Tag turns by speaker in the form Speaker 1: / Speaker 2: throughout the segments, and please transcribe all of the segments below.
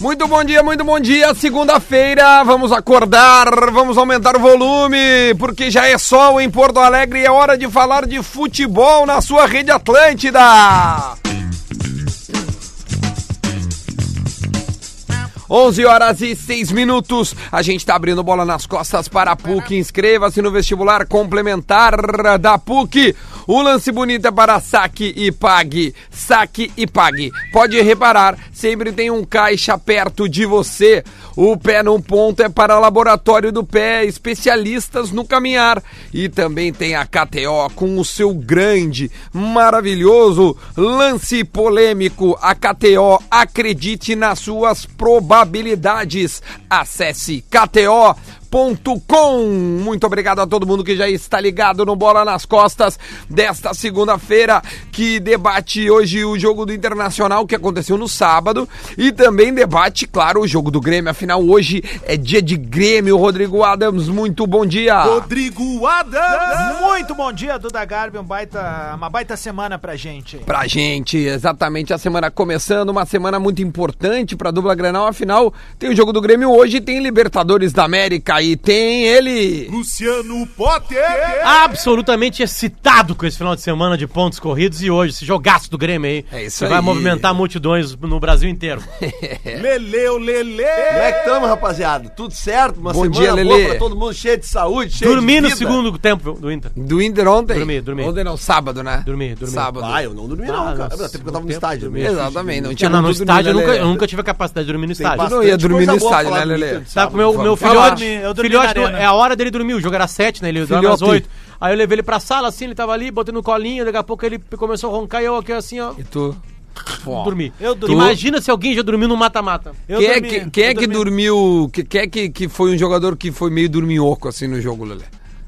Speaker 1: Muito bom dia, muito bom dia. Segunda-feira, vamos acordar, vamos aumentar o volume, porque já é sol em Porto Alegre e é hora de falar de futebol na sua rede Atlântida. Onze horas e seis minutos. A gente está abrindo bola nas costas para a PUC. Inscreva-se no vestibular complementar da PUC. O lance bonito é para saque e pague. Saque e pague. Pode reparar, sempre tem um caixa perto de você. O pé no ponto é para laboratório do pé, especialistas no caminhar. E também tem a KTO com o seu grande, maravilhoso lance polêmico. A KTO acredite nas suas probabilidades. Acesse KTO com. Muito obrigado a todo mundo que já está ligado no Bola nas Costas desta segunda-feira, que debate hoje o jogo do Internacional que aconteceu no sábado e também debate, claro, o jogo do Grêmio. Afinal, hoje é dia de Grêmio. Rodrigo Adams, muito bom dia.
Speaker 2: Rodrigo Adams! Ah, Muito bom dia, Duda Garbi. Um baita, uma baita semana pra gente.
Speaker 1: Pra gente, exatamente a semana começando, uma semana muito importante pra dupla Grenal. Afinal, tem o jogo do Grêmio hoje, tem Libertadores da América e tem ele.
Speaker 2: Luciano Potter!
Speaker 3: absolutamente excitado com esse final de semana de pontos corridos e hoje, esse jogaço do Grêmio aí.
Speaker 1: É isso
Speaker 3: que vai
Speaker 1: aí.
Speaker 3: movimentar multidões no Brasil inteiro.
Speaker 2: Leleu, Lele!
Speaker 4: Como é que estamos, rapaziada? Tudo certo? Uma
Speaker 1: Bom
Speaker 4: semana
Speaker 1: dia,
Speaker 4: boa
Speaker 1: Lelê.
Speaker 4: pra todo mundo, cheio de saúde, cheio
Speaker 3: Dormi
Speaker 4: de
Speaker 3: no
Speaker 4: vida.
Speaker 3: segundo tempo do Inter.
Speaker 1: Do Inter ontem?
Speaker 3: Dormi, dormi.
Speaker 1: Ontem não, sábado, né?
Speaker 3: Dormi, dormi.
Speaker 1: Sábado.
Speaker 4: Ah, eu não dormi
Speaker 3: Ah,
Speaker 4: não,
Speaker 3: no
Speaker 4: cara. Até porque eu tava
Speaker 3: segundo
Speaker 4: no
Speaker 3: tempo,
Speaker 4: estádio.
Speaker 3: dormi.
Speaker 4: né?
Speaker 1: Exatamente, não tinha
Speaker 3: Não, não, no
Speaker 1: muito dormido,
Speaker 3: estádio eu
Speaker 1: né,
Speaker 3: nunca,
Speaker 1: Lele?
Speaker 3: eu nunca tive a capacidade de dormir no estádio.
Speaker 1: não ia dormir
Speaker 4: coisa
Speaker 1: no
Speaker 4: boa
Speaker 1: estádio,
Speaker 4: pra falar
Speaker 1: né,
Speaker 4: do
Speaker 1: Lelê?
Speaker 4: Inter de
Speaker 3: Sabe
Speaker 4: sábado.
Speaker 3: como meu, meu
Speaker 1: Vamos.
Speaker 3: filhote,
Speaker 2: Eu dormi- eu dormi
Speaker 3: filhote
Speaker 2: na arena.
Speaker 3: é a hora dele dormir, o jogo era sete, né? Ele dorme às
Speaker 1: Filhote.
Speaker 3: oito. Aí eu levei ele pra sala, assim, ele tava ali, botei no colinho, daqui a pouco ele começou a roncar e eu aqui assim, ó,
Speaker 1: E tu? Pô.
Speaker 3: dormi.
Speaker 2: Eu dormi.
Speaker 3: Imagina se alguém já dormiu no mata-mata.
Speaker 2: Eu
Speaker 1: quem
Speaker 2: dormi,
Speaker 1: é que, quem
Speaker 2: eu
Speaker 1: é que
Speaker 2: dormi.
Speaker 1: dormiu? que- Quem é que, que foi um jogador que foi meio dorminhoco assim no jogo, Lelê?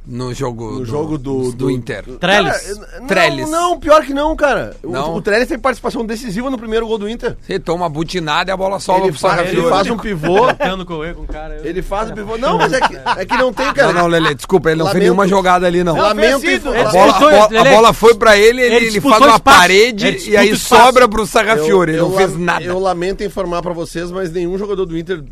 Speaker 1: No jogo,
Speaker 4: No jogo do- do-
Speaker 1: Inter.
Speaker 3: Trellis.
Speaker 4: Cara, não,
Speaker 1: Trellis.
Speaker 4: Não, pior que não, cara. O-
Speaker 1: Não.
Speaker 4: O, Trellis tem participação decisiva no primeiro gol do Inter.
Speaker 1: Você toma butinada e a bola sola
Speaker 4: ele,
Speaker 1: pro Sarra
Speaker 4: fa- ele
Speaker 1: Fiore.
Speaker 4: faz um pivô,
Speaker 3: Tendo com eu, com o cara. eu-
Speaker 4: ele faz um pivô. Não, mas é que, é que não tem, cara.
Speaker 1: Não, não, Lelê, desculpa, ele não fez
Speaker 4: Lamento.
Speaker 1: nenhuma jogada ali, não.
Speaker 2: Lamento.
Speaker 4: Lamento e...
Speaker 2: Tá Ele
Speaker 1: A
Speaker 3: Ele
Speaker 1: bola, a
Speaker 3: disputou
Speaker 1: bola-
Speaker 3: esse- Lelê.
Speaker 1: a bola foi pra ele, ele, ele
Speaker 3: disputou
Speaker 1: faz uma
Speaker 3: espaço. Ele
Speaker 1: parede e
Speaker 3: disputa
Speaker 1: aí
Speaker 3: espaço.
Speaker 1: sobra pro Sarra
Speaker 4: Eu-
Speaker 1: Fiore, ele
Speaker 4: eu
Speaker 1: não fez
Speaker 4: lam-
Speaker 1: nada.
Speaker 4: Eu lamento informar pra vocês, mas nenhum jogador do Inter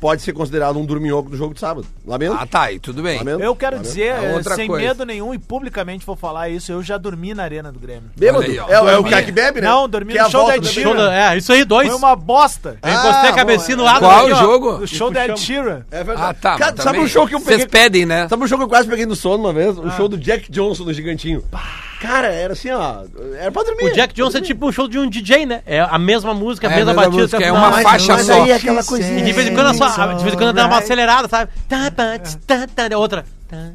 Speaker 4: pode ser considerado um dorminhoco do jogo de sábado. Lamento.
Speaker 1: Ah, tá, e tudo bem.
Speaker 4: lamento.
Speaker 2: Eu quero
Speaker 4: Lamento.
Speaker 2: dizer,
Speaker 1: É
Speaker 2: eh,
Speaker 1: outra
Speaker 2: sem
Speaker 1: coisa.
Speaker 2: medo nenhum e publicamente vou falar isso, eu já dormi na arena do Grêmio.
Speaker 4: Bêbado.
Speaker 1: Olha aí, ó.
Speaker 4: é, é o
Speaker 1: Dormi.
Speaker 4: cara que bebe, né?
Speaker 2: Não, dormi
Speaker 4: Que
Speaker 2: no
Speaker 4: é a
Speaker 2: show
Speaker 4: volta
Speaker 2: da
Speaker 4: do
Speaker 2: Dilma.
Speaker 3: Show da- É, isso aí, dois.
Speaker 2: Foi uma bosta.
Speaker 3: Eu encostei a
Speaker 4: Ah,
Speaker 3: cabecinha no
Speaker 4: bom, é.
Speaker 3: lado.
Speaker 1: Qual
Speaker 3: aqui, ó.
Speaker 1: jogo?
Speaker 2: O show da Ed Sheeran.
Speaker 4: É
Speaker 1: Ah,
Speaker 4: verdade.
Speaker 1: tá.
Speaker 4: Cara,
Speaker 1: mas
Speaker 4: sabe
Speaker 1: também-
Speaker 4: o show que eu peguei?
Speaker 1: Vocês pedem, né?
Speaker 4: Sabe o show que eu quase peguei no sono uma vez? O
Speaker 3: Ah.
Speaker 4: show do Jack Johnson no Gigantinho. Cara, era assim, ó. Era pra dormir.
Speaker 3: O Jack Johnson é tipo um show de um DJ, né? É a mesma música, a mesma, batida. tá
Speaker 1: música,
Speaker 3: até
Speaker 1: é
Speaker 3: o final.
Speaker 1: uma faixa
Speaker 4: mas
Speaker 1: só.
Speaker 4: aí é aquela coisinha.
Speaker 3: E de vez em quando, ela só, de vez em quando dá uma acelerada, sabe? Tá, tá, tch, tá, tá, é outra. Tá.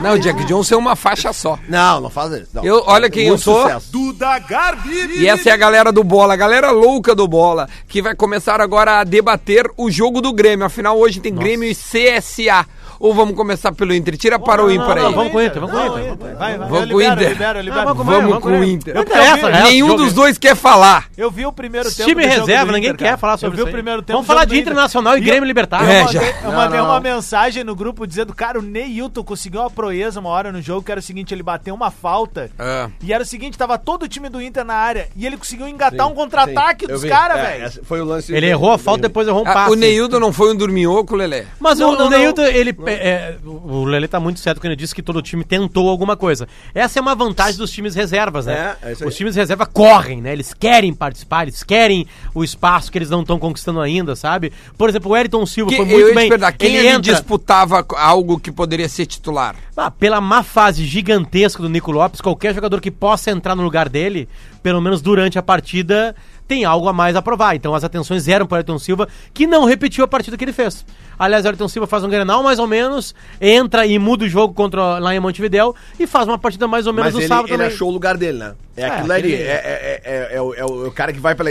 Speaker 1: Não, o Jack Johnson é uma faixa só.
Speaker 4: Não, não faz isso. não.
Speaker 1: Eu- olha quem eu
Speaker 4: Muito
Speaker 1: sou.
Speaker 4: sucesso.
Speaker 2: Duda Garbi.
Speaker 1: E essa é a galera do Bola, a galera louca do Bola, que vai começar agora a debater o jogo do Grêmio. Afinal, hoje tem Grêmio e CSA. Ou vamos começar pelo Inter? Tira para o
Speaker 3: não,
Speaker 1: ímpar
Speaker 3: não,
Speaker 1: aí.
Speaker 3: não, vamos com o Inter, vamos com o
Speaker 2: Não,
Speaker 3: Inter.
Speaker 2: Vai, vai.
Speaker 1: Vamos
Speaker 2: eu
Speaker 1: com o
Speaker 2: libero,
Speaker 1: Inter.
Speaker 2: libero, eu libero.
Speaker 3: Ah, vamos com o
Speaker 1: Vamos
Speaker 3: Vamos
Speaker 1: com o Inter.
Speaker 3: Não interessa, né?
Speaker 1: Nenhum
Speaker 3: Jogo-
Speaker 1: dos dois quer falar.
Speaker 2: Eu vi o primeiro tempo
Speaker 3: Time
Speaker 2: do jogo do
Speaker 3: reserva,
Speaker 2: Inter,
Speaker 3: ninguém
Speaker 2: cara.
Speaker 3: quer falar
Speaker 2: Eu
Speaker 3: sobre isso.
Speaker 2: vi o
Speaker 3: aí.
Speaker 2: primeiro tempo
Speaker 3: Vamos
Speaker 2: do
Speaker 3: falar
Speaker 2: jogo do
Speaker 3: de
Speaker 2: Inter.
Speaker 3: Internacional e
Speaker 2: eu-
Speaker 3: Grêmio
Speaker 2: Eu
Speaker 3: Libertar.
Speaker 1: É,
Speaker 2: mandei,
Speaker 1: já.
Speaker 2: eu
Speaker 4: Não,
Speaker 2: mandei
Speaker 4: não,
Speaker 2: uma
Speaker 4: não.
Speaker 2: mensagem no grupo dizendo, cara, o Neilton conseguiu uma proeza uma hora no jogo, que era o seguinte, ele bateu uma falta.
Speaker 1: Ah.
Speaker 2: E era o seguinte, tava todo o time do Inter na área e ele conseguiu
Speaker 3: tá
Speaker 2: engatar
Speaker 4: Sim,
Speaker 2: um contra-ataque
Speaker 4: sim, eu
Speaker 2: dos
Speaker 4: vi.
Speaker 2: caras,
Speaker 4: É,
Speaker 2: velho.
Speaker 4: essa Foi o lance.
Speaker 3: Ele errou a falta, depois errou um
Speaker 1: Ah,
Speaker 3: passe.
Speaker 1: o Neildo não foi um dorminhoco, Lelé.
Speaker 3: Mas
Speaker 4: Não,
Speaker 3: o,
Speaker 4: não,
Speaker 3: o Neilton, ele. é, o Lele tá muito certo quando ele disse que todo time tentou alguma coisa. Essa é uma vantagem dos times reservas, né?
Speaker 4: É, é isso aí.
Speaker 3: Os times reserva correm, né? Eles querem participar, eles querem o espaço que eles não estão conquistando ainda, sabe? Por exemplo, o Eriton Silva
Speaker 1: Que,
Speaker 3: foi
Speaker 1: eu ia
Speaker 3: muito
Speaker 1: te
Speaker 3: bem.
Speaker 1: perguntar, quem é ele
Speaker 3: entra-
Speaker 1: disputava co- algo que poderia ser titular?
Speaker 3: Ah, pela má fase gigantesca do Nico Lopes, qualquer jogador que possa entrar no lugar dele, pelo menos durante a partida, tem algo a mais a provar. Então as atenções eram para o Ayrton Silva, que não repetiu a partida que ele fez. Aliás, o Ayrton Silva faz um granal mais ou menos, entra e muda o jogo contra lá em Montevidéu e faz uma partida mais ou menos
Speaker 4: Mas
Speaker 3: no
Speaker 4: ele,
Speaker 3: sábado
Speaker 4: ele
Speaker 3: também.
Speaker 4: achou o lugar dele, né? É aquilo ali.
Speaker 3: aquele-
Speaker 4: É, é, é, é o, é o- é o cara que vai pela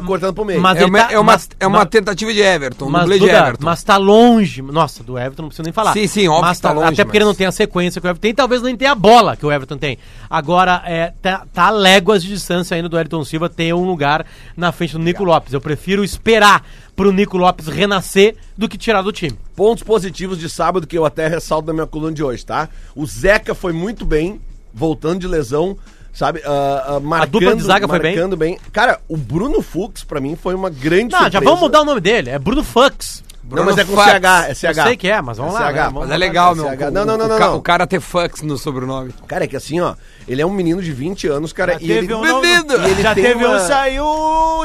Speaker 3: Ma-
Speaker 4: cortando pro meio.
Speaker 3: mas
Speaker 1: É
Speaker 3: ele
Speaker 1: uma,
Speaker 3: tá-
Speaker 1: é uma,
Speaker 3: mas-
Speaker 1: é uma
Speaker 3: mas-
Speaker 1: tentativa de Everton,
Speaker 3: Mas,
Speaker 1: Então, dublê de
Speaker 3: Duda,
Speaker 1: Everton.
Speaker 3: mas tá longe. Nossa, do Everton não preciso nem falar.
Speaker 1: Sim, sim, óbvio
Speaker 3: mas
Speaker 1: que tá longe,
Speaker 3: Até porque ele
Speaker 1: mas-
Speaker 3: não tem a sequência que o Everton tem, talvez nem tenha a bola que o Everton tem. Agora, é, tá, tá a léguas de distância ainda do Everton Silva ter um lugar na frente do Nico Lopes. Eu prefiro esperar pro Nico Lopes renascer do que tirar do time.
Speaker 4: Pontos positivos de sábado que eu até ressalto na minha coluna de hoje, tá? O Zeca foi muito bem, voltando de lesão. Sabe? Ah, ah, marcando,
Speaker 3: dupla de zaga foi bem?
Speaker 4: marcando bem. Cara, o Bruno Fux, pra mim, foi uma grande
Speaker 3: Não, já vamos mudar o nome dele. É Bruno Fux.
Speaker 4: Não, mas é com
Speaker 1: Fux.
Speaker 4: CH, é CH.
Speaker 3: Eu sei que é, mas vamos lá,
Speaker 4: CH.
Speaker 3: né? Vamos
Speaker 1: Mas é legal, meu.
Speaker 4: CH.
Speaker 1: o-
Speaker 4: Não, não, não,
Speaker 1: o
Speaker 4: não,
Speaker 1: ca-
Speaker 4: não.
Speaker 1: O cara ter fax no sobrenome.
Speaker 4: Cara, é que assim, ó, ele é um menino de 20 anos, cara,
Speaker 2: Já
Speaker 4: e ele...
Speaker 2: teve um, não,
Speaker 1: Bebido.
Speaker 2: não-
Speaker 4: E ele
Speaker 2: já
Speaker 4: tem
Speaker 2: teve
Speaker 4: uma-
Speaker 2: um saiu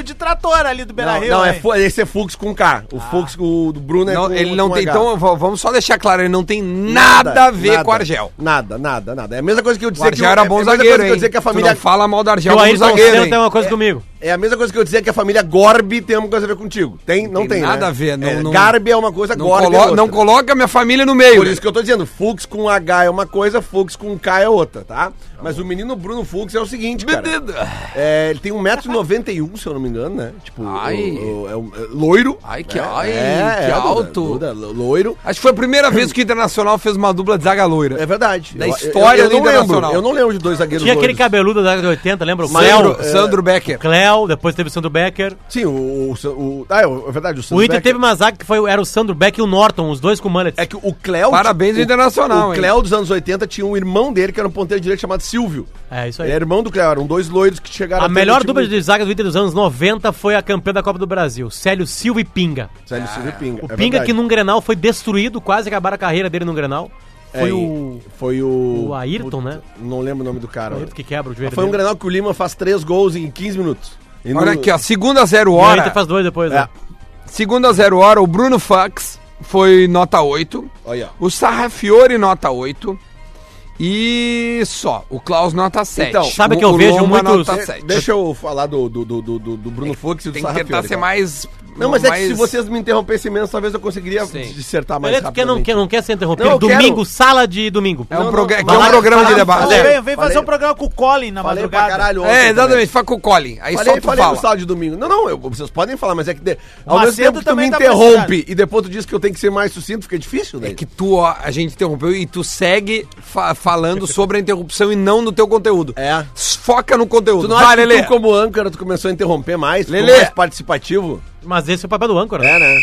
Speaker 2: de trator ali do Beira
Speaker 4: Não,
Speaker 2: Rio.
Speaker 4: não é,
Speaker 2: hein?
Speaker 4: Fu- esse é Fux com K. O Fux, o do Bruno é
Speaker 1: Ah. Não,
Speaker 4: com
Speaker 1: ele não
Speaker 4: com
Speaker 1: tem.
Speaker 4: H.
Speaker 1: Então, v- vamos só deixar claro, ele não tem nada, a ver
Speaker 4: nada,
Speaker 1: com Argel.
Speaker 4: Nada, nada, nada. É a mesma coisa que eu
Speaker 1: O
Speaker 4: dizer que
Speaker 1: Argel
Speaker 4: o-
Speaker 1: era
Speaker 4: é a
Speaker 1: bom
Speaker 4: mesma coisa
Speaker 1: zagueiro,
Speaker 4: que
Speaker 1: hein?
Speaker 4: eu dizer que a
Speaker 1: Tu
Speaker 4: família
Speaker 1: não fala mal do Argel,
Speaker 3: O
Speaker 1: bom
Speaker 3: Ayrton Senna
Speaker 1: zagueiro, hein?
Speaker 3: tem uma coisa comigo.
Speaker 4: É a mesma coisa que eu dizer que a família Gorbi tem uma coisa a ver contigo. Tem, não
Speaker 1: tem
Speaker 4: tem,
Speaker 1: nada
Speaker 4: né?
Speaker 1: a ver, não-
Speaker 4: É,
Speaker 1: não-
Speaker 4: Garbi é uma coisa,
Speaker 1: Não,
Speaker 4: Gorbi
Speaker 1: colo-
Speaker 4: é outra.
Speaker 1: não coloca minha família no meio.
Speaker 4: Por isso que eu tô dizendo, Fux com H é uma coisa, Fux com K é outra, tá? Mas o menino Bruno Fux é o seguinte, cara.
Speaker 1: Bebido.
Speaker 4: É, ele tem 1,91m, se eu não me engano, né? Tipo,
Speaker 1: Ai.
Speaker 4: o- o- é um- é loiro.
Speaker 1: Ai, que-
Speaker 4: né?
Speaker 1: ai,
Speaker 4: É,
Speaker 1: que
Speaker 4: é, Duda,
Speaker 1: alto.
Speaker 4: Duda, lo- loiro.
Speaker 1: Acho que foi a primeira vez que o Internacional fez uma dubla de zaga loira.
Speaker 4: É verdade.
Speaker 1: Da
Speaker 4: Eu-
Speaker 1: história
Speaker 4: eu, eu,
Speaker 1: do
Speaker 4: não lembro.
Speaker 1: Internacional.
Speaker 4: Eu não lembro de dois zagueiros
Speaker 3: Tinha aquele
Speaker 4: loiros.
Speaker 3: cabeludo da década de 80, lembra? O
Speaker 4: É,
Speaker 1: Sandro,
Speaker 3: Cléo.
Speaker 1: Sandro Becker.
Speaker 3: Cléo, depois teve o Sandro Becker.
Speaker 4: Sim, o, o, o- Ah, é, o- é verdade.
Speaker 3: O Inter teve
Speaker 4: teve
Speaker 3: uma zaga que foi, era o Sandro Becker e o Norton, os dois com mullets.
Speaker 4: É que o Cléo.
Speaker 1: Parabéns
Speaker 4: o,
Speaker 1: ao Internacional,
Speaker 4: O
Speaker 1: hein?
Speaker 4: Cléo dos anos 80 tinha um irmão dele que era um ponteiro direito chamado Silvio.
Speaker 3: É, isso aí.
Speaker 4: Ele era irmão do Cléo, eram dois loiros que chegaram
Speaker 3: A melhor dupla
Speaker 4: dupla
Speaker 3: de zaga do Inter dos anos 90 foi a campeã da Copa do Brasil, Célio Silva e Pinga.
Speaker 4: Célio Silvio e Pinga.
Speaker 3: O
Speaker 4: é
Speaker 3: Pinga
Speaker 4: verdade.
Speaker 3: que num Grenal foi destruído, quase acabaram a carreira dele num Grenal. Foi
Speaker 4: É,
Speaker 3: o
Speaker 4: Foi o.
Speaker 3: o Ayrton, né?
Speaker 4: Não lembro o nome do cara.
Speaker 3: o outro que quebra o joelho
Speaker 4: Foi um
Speaker 3: dele.
Speaker 4: granal que o Lima faz três gols em 15 minutos. E
Speaker 1: Olha
Speaker 4: no-
Speaker 1: aqui, ó. Segunda zero
Speaker 3: E o
Speaker 1: hora.
Speaker 3: Inter faz dois depois, né?
Speaker 4: É,
Speaker 1: Segunda zero hora, o Bruno Fax foi nota 8.
Speaker 4: olha.
Speaker 1: O Sarrafiore, nota 8. E só. O Klaus, nota 7.
Speaker 4: Então,
Speaker 3: sabe que eu vejo
Speaker 1: Lomba,
Speaker 3: muitos-
Speaker 1: Nota
Speaker 4: De-
Speaker 1: 7.
Speaker 4: Deixa eu falar do, do, do, do, do Bruno Fux e do
Speaker 1: Tem é que
Speaker 4: Sarrafiori,
Speaker 1: tentar ser
Speaker 4: cara.
Speaker 1: mais...
Speaker 4: então. Não, mas é
Speaker 1: mais-
Speaker 4: que se vocês me interrompessem menos, talvez eu conseguiria
Speaker 1: Sim.
Speaker 4: dissertar mais
Speaker 3: Beleza, tu quer, não,
Speaker 4: rapidamente.
Speaker 3: quer, não quer ser interrompido?
Speaker 4: Não, eu quero.
Speaker 3: domingo, sala de domingo.
Speaker 1: É um,
Speaker 4: Não,
Speaker 1: progra-
Speaker 4: não,
Speaker 1: aqui é um
Speaker 4: mas-
Speaker 1: programa de
Speaker 4: mas-
Speaker 1: debate.
Speaker 4: mas-
Speaker 2: Vem, vem fazer
Speaker 4: Falei.
Speaker 2: um programa com o Colin na
Speaker 4: Falei pra
Speaker 2: madrugada.
Speaker 4: caralho ontem
Speaker 1: É,
Speaker 4: também.
Speaker 1: exatamente. Fala com o Colin. Aí
Speaker 4: Falei,
Speaker 1: solta o
Speaker 4: falei no
Speaker 1: fala.
Speaker 4: sábado de domingo. Não, não, eu- vocês podem falar, mas é que de- ao
Speaker 2: Macedo
Speaker 4: mesmo tempo que tu me
Speaker 2: também tá
Speaker 4: interrompe
Speaker 2: precisando.
Speaker 4: e depois tu diz que eu tenho que ser mais sucinto, fica difícil, né?
Speaker 1: É que tu, ó, a gente interrompeu e tu segue fa- falando sobre a interrupção e não no teu conteúdo.
Speaker 4: É.
Speaker 1: Foca no conteúdo.
Speaker 4: Tu não
Speaker 1: Vai,
Speaker 4: acha que
Speaker 1: Lelê.
Speaker 4: tu, como âncora, tu começou a interromper mais, ficou
Speaker 1: Lelê.
Speaker 4: mais participativo?
Speaker 3: Mas esse é o papel do âncora.
Speaker 4: É, né? É.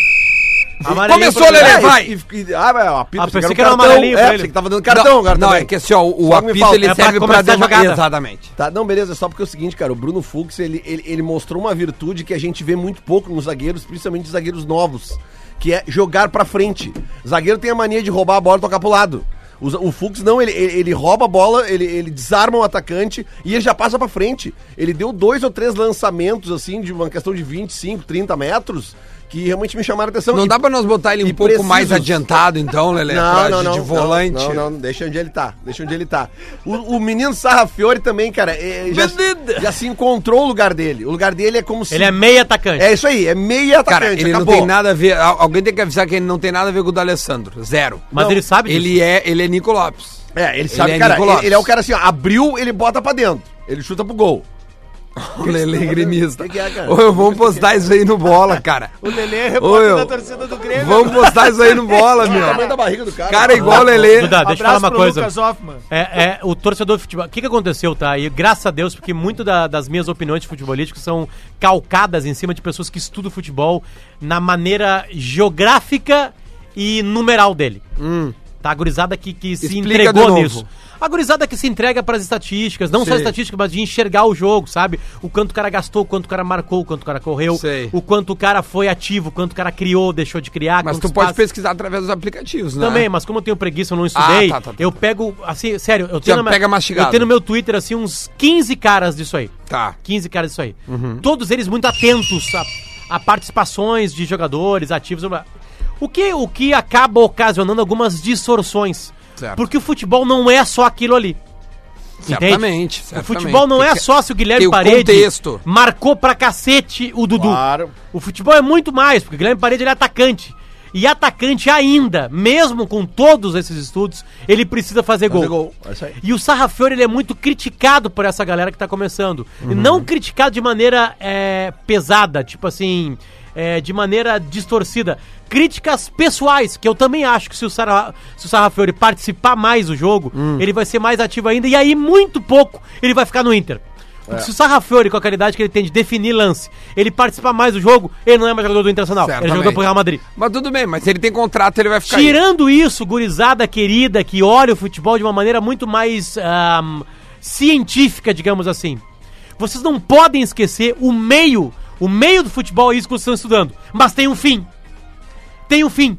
Speaker 3: Amarelinho
Speaker 1: Começou,
Speaker 3: pra-
Speaker 1: Lelê.
Speaker 4: e-
Speaker 1: vai.
Speaker 4: E, e, ah, vai, ó, apito,
Speaker 3: Ah,
Speaker 4: você
Speaker 3: pensei
Speaker 4: quer um
Speaker 3: que era
Speaker 4: cartão.
Speaker 3: amarelinho
Speaker 4: É,
Speaker 3: pra
Speaker 4: pensei
Speaker 3: ele.
Speaker 4: que tava dando cartão agora
Speaker 1: Não,
Speaker 4: também.
Speaker 1: é que assim, ó, o, o
Speaker 4: Só que me
Speaker 1: apito
Speaker 4: falta-
Speaker 1: ele
Speaker 3: é pra
Speaker 1: serve pra
Speaker 3: começar a
Speaker 1: demarcar.
Speaker 3: jogada.
Speaker 1: Exatamente.
Speaker 4: Tá, não, beleza, só porque é o seguinte, cara, o Bruno Fux, ele, ele, ele mostrou uma virtude que a gente vê muito pouco nos zagueiros, principalmente nos zagueiros novos, que é jogar pra frente. Zagueiro tem a mania de roubar a bola e tocar pro lado. O, za- o Fux não, ele, ele, ele rouba a bola, ele, ele desarma o atacante e ele já passa pra frente. Ele deu dois ou três lançamentos, assim, de uma questão de 25, 30 metros, que realmente me chamaram a atenção.
Speaker 1: Não
Speaker 4: E-
Speaker 1: dá pra nós botar ele um
Speaker 4: e
Speaker 1: pouco mais
Speaker 4: precisos.
Speaker 1: adiantado, então, Lelé? pra de- de volante.
Speaker 4: Não, não, deixa onde ele tá. Deixa onde ele tá. O, o menino Sarrafiore também, cara, é, já,
Speaker 1: Menina!
Speaker 4: já se encontrou o lugar dele. O lugar dele é como se.
Speaker 3: Ele é meio atacante.
Speaker 4: É isso aí, é meio atacante.
Speaker 1: Cara, ele não
Speaker 4: acabou.
Speaker 1: tem nada a ver. al- Alguém tem que avisar que ele não tem nada a ver com o D'Alessandro. Zero.
Speaker 3: Mas ele sabe disso.
Speaker 1: Ele é, ele é Nico Lopes.
Speaker 4: É, ele sabe,
Speaker 1: Ele é
Speaker 4: cara,
Speaker 1: Nicolas.
Speaker 4: ele, ele é o cara assim, ó, abriu, ele bota pra dentro. Ele chuta pro gol.
Speaker 1: O Lelê gremista.
Speaker 4: O que que é, cara?
Speaker 1: Ô, eu vou postar isso aí no bola, cara.
Speaker 2: O Lelê é
Speaker 1: Ô,
Speaker 2: repórter
Speaker 1: eu-
Speaker 2: da torcida do Grêmio.
Speaker 1: Vamos postar isso aí no bola, meu.
Speaker 4: barriga do cara.
Speaker 1: Cara, é igual o Lelê.
Speaker 3: Duda, deixa eu falar uma
Speaker 2: pro
Speaker 3: coisa.
Speaker 2: Lucas Hoffman.
Speaker 3: É, é, o torcedor de futebol. O que, que aconteceu, tá? E graças a Deus, porque muito da- das minhas opiniões de futebolísticas são calcadas em cima de pessoas que estudam futebol na maneira geográfica e numeral dele. Tá? A gurizada que, que se
Speaker 1: Hum. Explica de
Speaker 3: entregou
Speaker 1: novo.
Speaker 3: nisso. A gurizada que se entrega pras estatísticas, não só
Speaker 1: Sei.
Speaker 3: estatísticas, mas de enxergar o jogo, sabe? O quanto o cara gastou, o quanto o cara marcou, o quanto o cara correu,
Speaker 1: Sei.
Speaker 3: o quanto o cara foi ativo, o quanto o cara criou, deixou de criar.
Speaker 1: Mas tu
Speaker 3: quantos
Speaker 1: pode
Speaker 3: passes.
Speaker 1: pesquisar através dos aplicativos, né?
Speaker 3: Também, mas como eu tenho preguiça, eu não estudei.
Speaker 1: tá, tá, tá.
Speaker 3: Eu pego, assim, sério, eu tenho,
Speaker 1: Já
Speaker 3: na-
Speaker 1: pega mastigado.
Speaker 3: eu tenho no meu Twitter, assim, uns 15 caras disso aí.
Speaker 1: Tá.
Speaker 3: 15 caras disso aí.
Speaker 1: Uhum.
Speaker 3: Todos eles muito atentos a, a participações de jogadores, ativos. blá, blá. O que, o que acaba ocasionando algumas distorções.
Speaker 1: Certo.
Speaker 3: Porque o futebol não é só aquilo ali. Entende?
Speaker 1: Certamente,
Speaker 3: O
Speaker 1: certamente.
Speaker 3: futebol não é
Speaker 1: Tem que-
Speaker 3: só se o
Speaker 1: tem
Speaker 3: Guilherme
Speaker 1: o
Speaker 3: Parede
Speaker 1: contexto.
Speaker 3: marcou pra cacete o Dudu.
Speaker 4: Claro.
Speaker 3: O futebol é muito mais, porque o Guilherme Parede ele é atacante. E atacante ainda, mesmo com todos esses estudos, ele precisa fazer gol.
Speaker 4: Fazer gol. É isso aí.
Speaker 3: E o Sarrafiore ele é muito criticado por essa galera que tá começando.
Speaker 4: Uhum.
Speaker 3: E não criticado de maneira é, pesada, tipo assim, é, de maneira distorcida. Críticas pessoais, que eu também acho que se o, Sarra, se o Sarrafiore participar mais do jogo,
Speaker 4: Hum.
Speaker 3: ele vai ser mais ativo ainda. E aí, muito pouco, ele vai ficar no Inter. Porque se o Sarrafiore, com a qualidade que ele tem de definir lance, ele participar mais do jogo, ele não é mais jogador do Internacional. Ele é jogador
Speaker 1: Certamente.
Speaker 3: pro Real Madrid.
Speaker 1: Mas tudo bem, mas se ele tem contrato, ele vai ficar. aí.
Speaker 3: Tirando isso, gurizada querida, que olha o futebol de uma maneira muito mais ahm, científica, digamos assim. Vocês não podem esquecer o meio, o meio do futebol é isso que vocês estão estudando, mas tem um fim. Tem um fim,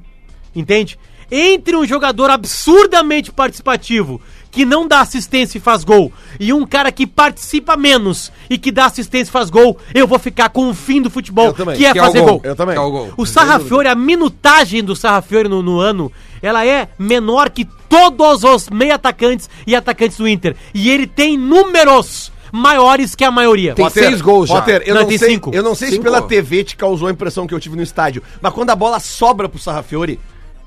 Speaker 3: entende? Entre um jogador absurdamente participativo, que não dá assistência e faz gol, e um cara que participa menos e que dá assistência e faz gol, eu vou ficar com o fim do futebol,
Speaker 4: Eu também,
Speaker 3: que é
Speaker 1: que é o
Speaker 3: fazer
Speaker 1: gol.
Speaker 3: gol.
Speaker 4: Eu também.
Speaker 1: É o gol.
Speaker 3: O Sarrafiore, a minutagem do Sarrafiore no, no ano, ela é menor que todos os meia atacantes e atacantes do Inter. E ele tem números maiores que a maioria.
Speaker 1: Tem
Speaker 4: Potter,
Speaker 1: seis gols já.
Speaker 4: Potter, eu
Speaker 3: Não,
Speaker 4: não,
Speaker 3: tem
Speaker 4: sei,
Speaker 3: cinco.
Speaker 4: Eu não sei se
Speaker 1: Cinco.
Speaker 4: pela TV te causou a impressão que eu tive no estádio, mas quando a bola sobra pro Sarrafiori,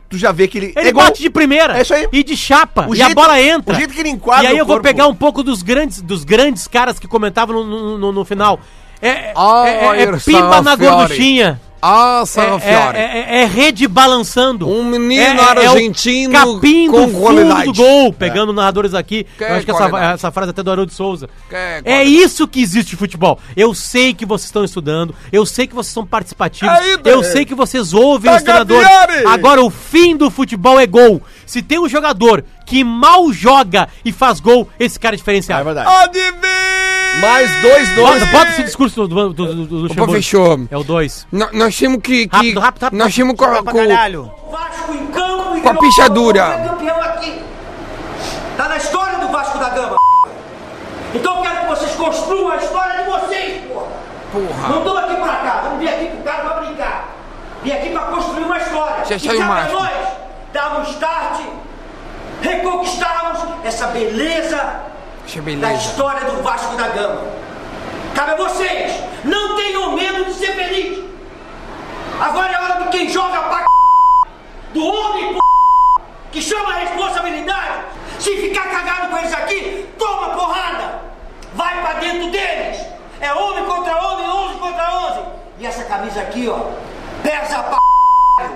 Speaker 4: tu já vê que ele...
Speaker 3: Ele
Speaker 4: é igual-
Speaker 3: bate de primeira
Speaker 4: É isso aí.
Speaker 3: e de chapa.
Speaker 4: O
Speaker 3: e a
Speaker 4: jeito-
Speaker 3: bola entra.
Speaker 4: o jeito que ele enquadra
Speaker 3: E aí
Speaker 4: o
Speaker 3: eu vou
Speaker 4: corpo.
Speaker 3: pegar um pouco dos grandes, dos grandes caras que comentavam no, no, no- no final. É, é,
Speaker 1: Ah,
Speaker 3: é- é- é
Speaker 1: Ayrton
Speaker 3: pimba na
Speaker 1: Sarrafiore.
Speaker 3: gorduchinha.
Speaker 1: Ah,
Speaker 3: É,
Speaker 1: Sarrafiore.
Speaker 3: é- é- é rede balançando. É,
Speaker 1: Um menino
Speaker 3: o
Speaker 1: argentino
Speaker 3: capim
Speaker 1: com
Speaker 3: do
Speaker 1: qualidade.
Speaker 3: fundo do gol, pegando narradores aqui.
Speaker 1: Que
Speaker 3: eu acho que essa,
Speaker 1: qualidade.
Speaker 3: essa frase é até do Haroldo Souza.
Speaker 1: Que
Speaker 3: é
Speaker 1: qualidade.
Speaker 3: isso que existe de futebol. Eu sei que vocês estão estudando, eu sei que vocês são participativos,
Speaker 1: Aí,
Speaker 3: eu
Speaker 1: Dani.
Speaker 3: sei que vocês ouvem os
Speaker 1: Tagliafieri!
Speaker 3: treinadores. Agora o fim do futebol é gol. Se tem um jogador que mal joga e faz gol, esse cara é
Speaker 4: É
Speaker 3: diferenciado.
Speaker 4: verdade.
Speaker 1: Adivinha!
Speaker 4: Mais dois
Speaker 3: bota,
Speaker 4: nomes.
Speaker 3: bota esse discurso do, do, do, do Luxemburgo.
Speaker 1: fechou.
Speaker 3: É o 2.
Speaker 1: No- Nós temos que. que-
Speaker 3: Rápido, rápido, rápido.
Speaker 1: Nós temos com, a-
Speaker 2: pra
Speaker 1: com-
Speaker 2: caralho.
Speaker 5: Vasco em campo e
Speaker 1: Com a
Speaker 5: virou
Speaker 1: pichadura.
Speaker 5: é campeão aqui. Tá na história do Vasco da Gama. Então eu quero que vocês construam a história de vocês, porra.
Speaker 1: Porra.
Speaker 5: Não tô aqui pra cá, vamos vir aqui pro cara pra brincar. Vim aqui pra construir uma história.
Speaker 1: Já
Speaker 5: E
Speaker 1: saiu
Speaker 5: cabe a
Speaker 1: macho.
Speaker 5: nós darmos start, reconquistarmos essa beleza
Speaker 1: Deixa
Speaker 5: da
Speaker 1: beleza.
Speaker 5: história do Vasco da Gama. Cabe a vocês, não tenham medo de ser feliz. Agora é hora de quem joga pra c... do homem p... que chama a responsabilidade. Se ficar cagado com eles aqui, toma porrada. Vai pra dentro deles. É homem contra homem, 11 contra 11. E essa camisa aqui, ó, pesa pra c...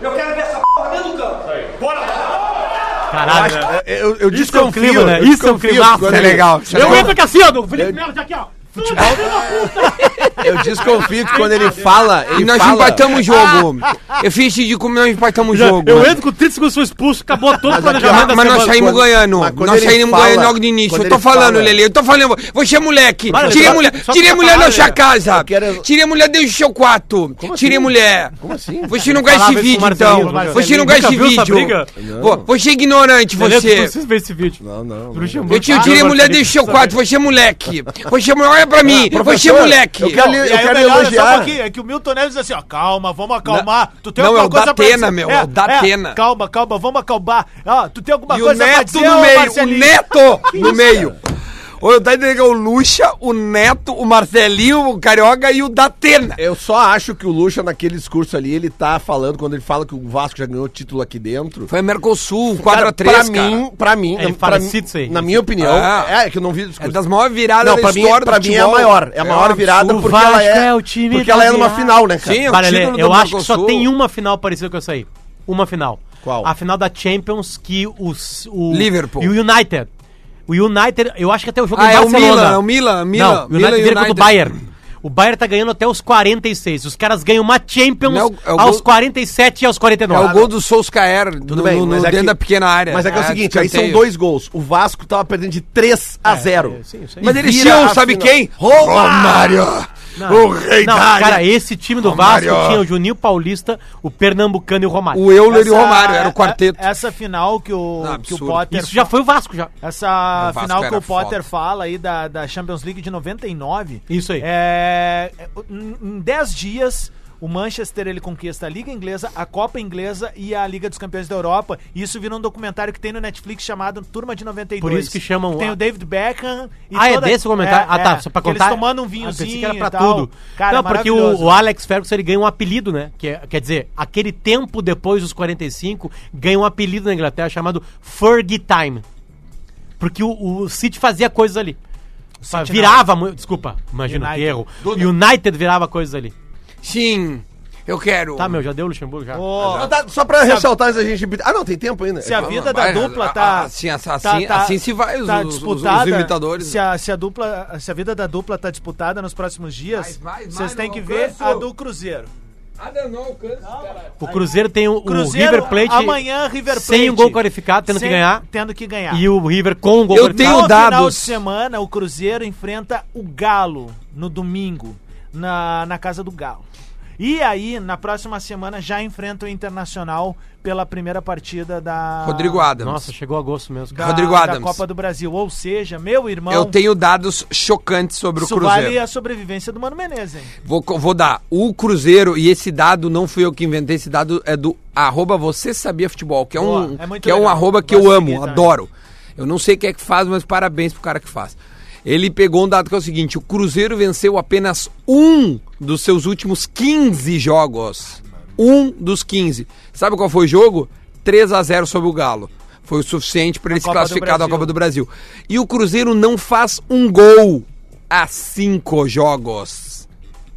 Speaker 5: Eu quero ver essa porra dentro do campo. Bora!
Speaker 3: Caralho. né?
Speaker 4: Eu, eu, eu
Speaker 3: Isso é um
Speaker 4: desconfio,
Speaker 3: clima, né?
Speaker 4: eu
Speaker 3: Isso é um
Speaker 4: desconfio
Speaker 3: clima.
Speaker 4: quando-
Speaker 1: é legal, isso é
Speaker 3: Eu
Speaker 1: legal.
Speaker 3: entro aqui assim, ó, do Felipe Melo, já aqui, ó.
Speaker 4: Eu desconfio que quando ele fala, ele
Speaker 1: E nós
Speaker 4: fala...
Speaker 1: empatamos o jogo. Eu fiz de como nós empatamos o
Speaker 3: Já-
Speaker 1: jogo.
Speaker 3: eu entro com 30 segundos, sou expulso, acabou todo o planejamento
Speaker 1: Mas,
Speaker 3: da
Speaker 1: mas nós
Speaker 3: semana.
Speaker 1: saímos
Speaker 4: Quando-
Speaker 1: ganhando.
Speaker 4: mas quando
Speaker 1: Nós
Speaker 4: ele
Speaker 1: saímos
Speaker 4: fala-
Speaker 1: ganhando logo no início.
Speaker 4: quando
Speaker 1: Eu tô
Speaker 4: ele
Speaker 1: falando,
Speaker 4: fala-
Speaker 1: Lele. Eu tô falando. Você é moleque.
Speaker 3: Lele,
Speaker 1: Tirei
Speaker 3: só-
Speaker 1: mulher.
Speaker 3: só
Speaker 1: Tirei
Speaker 3: pra
Speaker 1: mulher da
Speaker 3: falar,
Speaker 1: sua
Speaker 3: Lele.
Speaker 1: casa.
Speaker 4: Eu quero-
Speaker 1: Tirei mulher desde o seu quarto. Tirei mulher.
Speaker 4: Como assim?
Speaker 1: Você não gosta
Speaker 3: Falava
Speaker 1: de
Speaker 3: isso
Speaker 1: vídeo,
Speaker 3: com o
Speaker 1: então.
Speaker 3: Marcelinho, Marcelinho.
Speaker 1: Você não
Speaker 3: Nunca
Speaker 1: gosta de
Speaker 3: viu essa
Speaker 1: vídeo.
Speaker 3: briga?
Speaker 1: Pô, Você é ignorante,
Speaker 3: Lelê, tu
Speaker 1: você.
Speaker 3: precisa ver esse vídeo.
Speaker 4: Não, não. não.
Speaker 3: Luxemburgo.
Speaker 1: Eu te- tirei
Speaker 3: Ah,
Speaker 1: mulher
Speaker 3: Marcelinho,
Speaker 1: desde o seu
Speaker 3: precisa
Speaker 1: quarto. Você é moleque. Você é moleque. Olha pra mim. Você é
Speaker 4: professor,
Speaker 1: moleque.
Speaker 4: eu quero-
Speaker 2: E aí
Speaker 4: Eu
Speaker 2: o melhor, só um
Speaker 4: elogiar.
Speaker 2: pouquinho, é que o Milton Neves diz assim, ó, calma, vamos acalmar. tu tem
Speaker 1: Não,
Speaker 2: alguma
Speaker 1: é o
Speaker 2: coisa
Speaker 1: Datena,
Speaker 2: pra dizer?
Speaker 1: meu, é o Datena.
Speaker 2: Calma, calma, vamos acalmar. Ó, tu tem alguma
Speaker 1: E o
Speaker 2: coisa pra
Speaker 1: Neto
Speaker 2: dizer,
Speaker 1: no
Speaker 2: ô,
Speaker 1: meio, o
Speaker 2: Marcelinho?
Speaker 1: Neto no meio. Ou eu tá entendendo que é o Lucha, o Neto, o Marcelinho, o Carioca e o Datena.
Speaker 4: Eu só acho que o Lucha, naquele discurso ali, ele tá falando, quando ele fala que o Vasco já ganhou título aqui dentro.
Speaker 1: Foi Mercosul,
Speaker 4: Cara,
Speaker 1: 4x3,
Speaker 4: pra
Speaker 1: cara.
Speaker 4: mim, pra mim,
Speaker 3: Ele
Speaker 4: na-
Speaker 3: fala
Speaker 4: pra mim-
Speaker 3: cito isso aí.
Speaker 4: na minha opinião,
Speaker 1: Ah.
Speaker 4: é que eu não vi o
Speaker 1: É
Speaker 4: discurso.
Speaker 1: das maiores viradas
Speaker 4: Não,
Speaker 1: da
Speaker 4: pra mim,
Speaker 1: história do
Speaker 4: pra mim é a
Speaker 1: futebol.
Speaker 4: maior. É a maior
Speaker 1: um
Speaker 4: virada
Speaker 1: absurdo.
Speaker 4: porque
Speaker 3: Vasco
Speaker 4: ela é,
Speaker 3: é
Speaker 1: um.
Speaker 3: o time
Speaker 4: porque
Speaker 3: da
Speaker 4: ela é numa
Speaker 3: virada.
Speaker 4: final, né, cara?
Speaker 1: Sim,
Speaker 3: ver.
Speaker 1: o
Speaker 3: Vai, Lelê,
Speaker 1: título do
Speaker 3: eu acho que só
Speaker 1: Mercosul.
Speaker 3: tem um uma final parecida com essa aí. Uma final.
Speaker 4: Qual?
Speaker 3: A final da Champions que os, o...
Speaker 1: Liverpool.
Speaker 3: E o United. O United, eu acho que até o jogo
Speaker 1: Ah,
Speaker 3: em
Speaker 1: é o
Speaker 3: Barcelona.
Speaker 1: Milan, é o Milan, Milan,
Speaker 3: Não, o United
Speaker 1: Milan e
Speaker 3: vira contra o
Speaker 1: United.
Speaker 3: Bayern. O Bayern tá ganhando até os 46. Os caras ganham uma Champions
Speaker 1: Não, é o
Speaker 3: aos
Speaker 1: gol-
Speaker 3: 47 e aos
Speaker 1: É
Speaker 3: 49.
Speaker 1: o gol do Solskjaer no,
Speaker 4: bem,
Speaker 1: no-
Speaker 4: mas é
Speaker 1: dentro
Speaker 4: que-
Speaker 1: da pequena área. Ah,
Speaker 4: Mas é que é o seguinte, aí são
Speaker 1: escanteio.
Speaker 4: dois gols. O Vasco tava perdendo de 3 a 0.
Speaker 3: é, sim, eu sei.
Speaker 1: Mas
Speaker 4: E
Speaker 1: eles
Speaker 4: vira
Speaker 1: tinham,
Speaker 4: a
Speaker 1: sabe
Speaker 4: final.
Speaker 1: quem?
Speaker 4: Romário!
Speaker 3: o rei não, cara, esse time do Vasco tinha o Juninho Paulista, o Pernambucano e o Romário.
Speaker 1: O Euler e o
Speaker 2: Essa- é,
Speaker 1: Romário,
Speaker 4: é-
Speaker 1: era o quarteto.
Speaker 2: Essa final que o,
Speaker 1: Ah,
Speaker 2: que o
Speaker 1: absurdo.
Speaker 2: Potter...
Speaker 3: Isso já foi o Vasco já.
Speaker 1: O
Speaker 2: Essa
Speaker 1: Vasco
Speaker 2: final que
Speaker 1: era
Speaker 2: o
Speaker 1: foda.
Speaker 2: Potter fala aí da, da Champions League de 99.
Speaker 3: Isso aí.
Speaker 2: É, em em 10 dias, o Manchester ele conquista a Liga Inglesa, a Copa Inglesa e a Liga dos Campeões da Europa. E isso vira um documentário que tem no Netflix chamado Turma de 92.
Speaker 3: Por isso que chamam
Speaker 2: Tem
Speaker 3: a-
Speaker 2: o David Beckham. E
Speaker 3: ah, é desse o comentário? ah, tá, só pra
Speaker 2: que
Speaker 3: contar.
Speaker 2: Eles tomando um
Speaker 3: Ah, pensei
Speaker 2: vinhozinho
Speaker 3: que era pra
Speaker 2: e tal.
Speaker 3: tudo.
Speaker 2: Cara,
Speaker 3: não, porque o,
Speaker 2: maravilhoso.
Speaker 3: o Alex Ferguson ele ganha um apelido, né? Que é- quer dizer, aquele tempo depois dos 45, ganha um apelido na Inglaterra chamado Fergie Time. Porque o, o City fazia coisas ali. Fa-
Speaker 2: City não.
Speaker 3: virava, mu- desculpa, imagina que
Speaker 2: United.
Speaker 3: erro. O United virava coisas ali.
Speaker 1: Sim, eu quero.
Speaker 3: Tá, meu, já deu o Luxemburgo já.
Speaker 2: Ô,
Speaker 4: Ah, tá, Só pra ressaltar antes da gente... Ah, não, tem tempo ainda.
Speaker 2: Se a vida da
Speaker 1: vai,
Speaker 2: dupla
Speaker 1: É, a-
Speaker 2: tá.
Speaker 1: a- assim, assim- assim- assim se vai os- os- os- os imitadores.
Speaker 2: Se a, se a dupla, se a vida da dupla tá disputada nos próximos dias,
Speaker 1: Mais, mais,
Speaker 2: vocês
Speaker 1: mais,
Speaker 2: têm que
Speaker 1: não
Speaker 2: ver
Speaker 1: alcanço.
Speaker 2: a do Cruzeiro.
Speaker 1: Nada não alcança, cara.
Speaker 3: O Cruzeiro tem o, o
Speaker 2: Cruzeiro,
Speaker 3: River Plate
Speaker 2: amanhã River Plate.
Speaker 3: sem um gol qualificado, tendo
Speaker 2: Sem-
Speaker 3: que ganhar.
Speaker 2: Tendo que ganhar.
Speaker 3: E o River com um gol
Speaker 1: Eu
Speaker 3: qualificado.
Speaker 1: tenho
Speaker 2: no final de
Speaker 1: dados.
Speaker 2: semana, o Cruzeiro enfrenta o Galo no domingo, na, na casa do Galo. E aí, na próxima semana, já enfrenta o Internacional pela primeira partida da.
Speaker 1: Rodrigo Adams.
Speaker 3: Nossa, chegou agosto mesmo.
Speaker 2: da,
Speaker 3: cara.
Speaker 1: Rodrigo
Speaker 2: da
Speaker 1: Adams.
Speaker 2: Copa do Brasil. Ou seja, meu irmão.
Speaker 1: Eu tenho dados chocantes sobre o
Speaker 2: isso
Speaker 1: Cruzeiro.
Speaker 2: vale a sobrevivência do Mano Menezes, hein?
Speaker 1: Vou, co- vou dar. O Cruzeiro, e esse dado não fui eu que inventei, esse dado é do arroba Você Sabia Futebol, que é um,
Speaker 2: Boa, é muito
Speaker 1: que é um
Speaker 2: legal.
Speaker 1: arroba que
Speaker 2: Gosto
Speaker 1: eu
Speaker 2: de
Speaker 1: amo,
Speaker 2: seguir também.
Speaker 1: adoro. Eu não sei quem é que faz, mas parabéns pro cara que faz. Ele pegou um dado que é o seguinte: o Cruzeiro venceu apenas um dos seus últimos 15 jogos. Um dos 15. Sabe qual foi o jogo? 3 a 0 sobre o Galo. Foi o suficiente para ele se
Speaker 2: Copa do
Speaker 1: classificar da
Speaker 2: Brasil.
Speaker 1: Copa do Brasil. E o Cruzeiro não faz um gol há cinco jogos.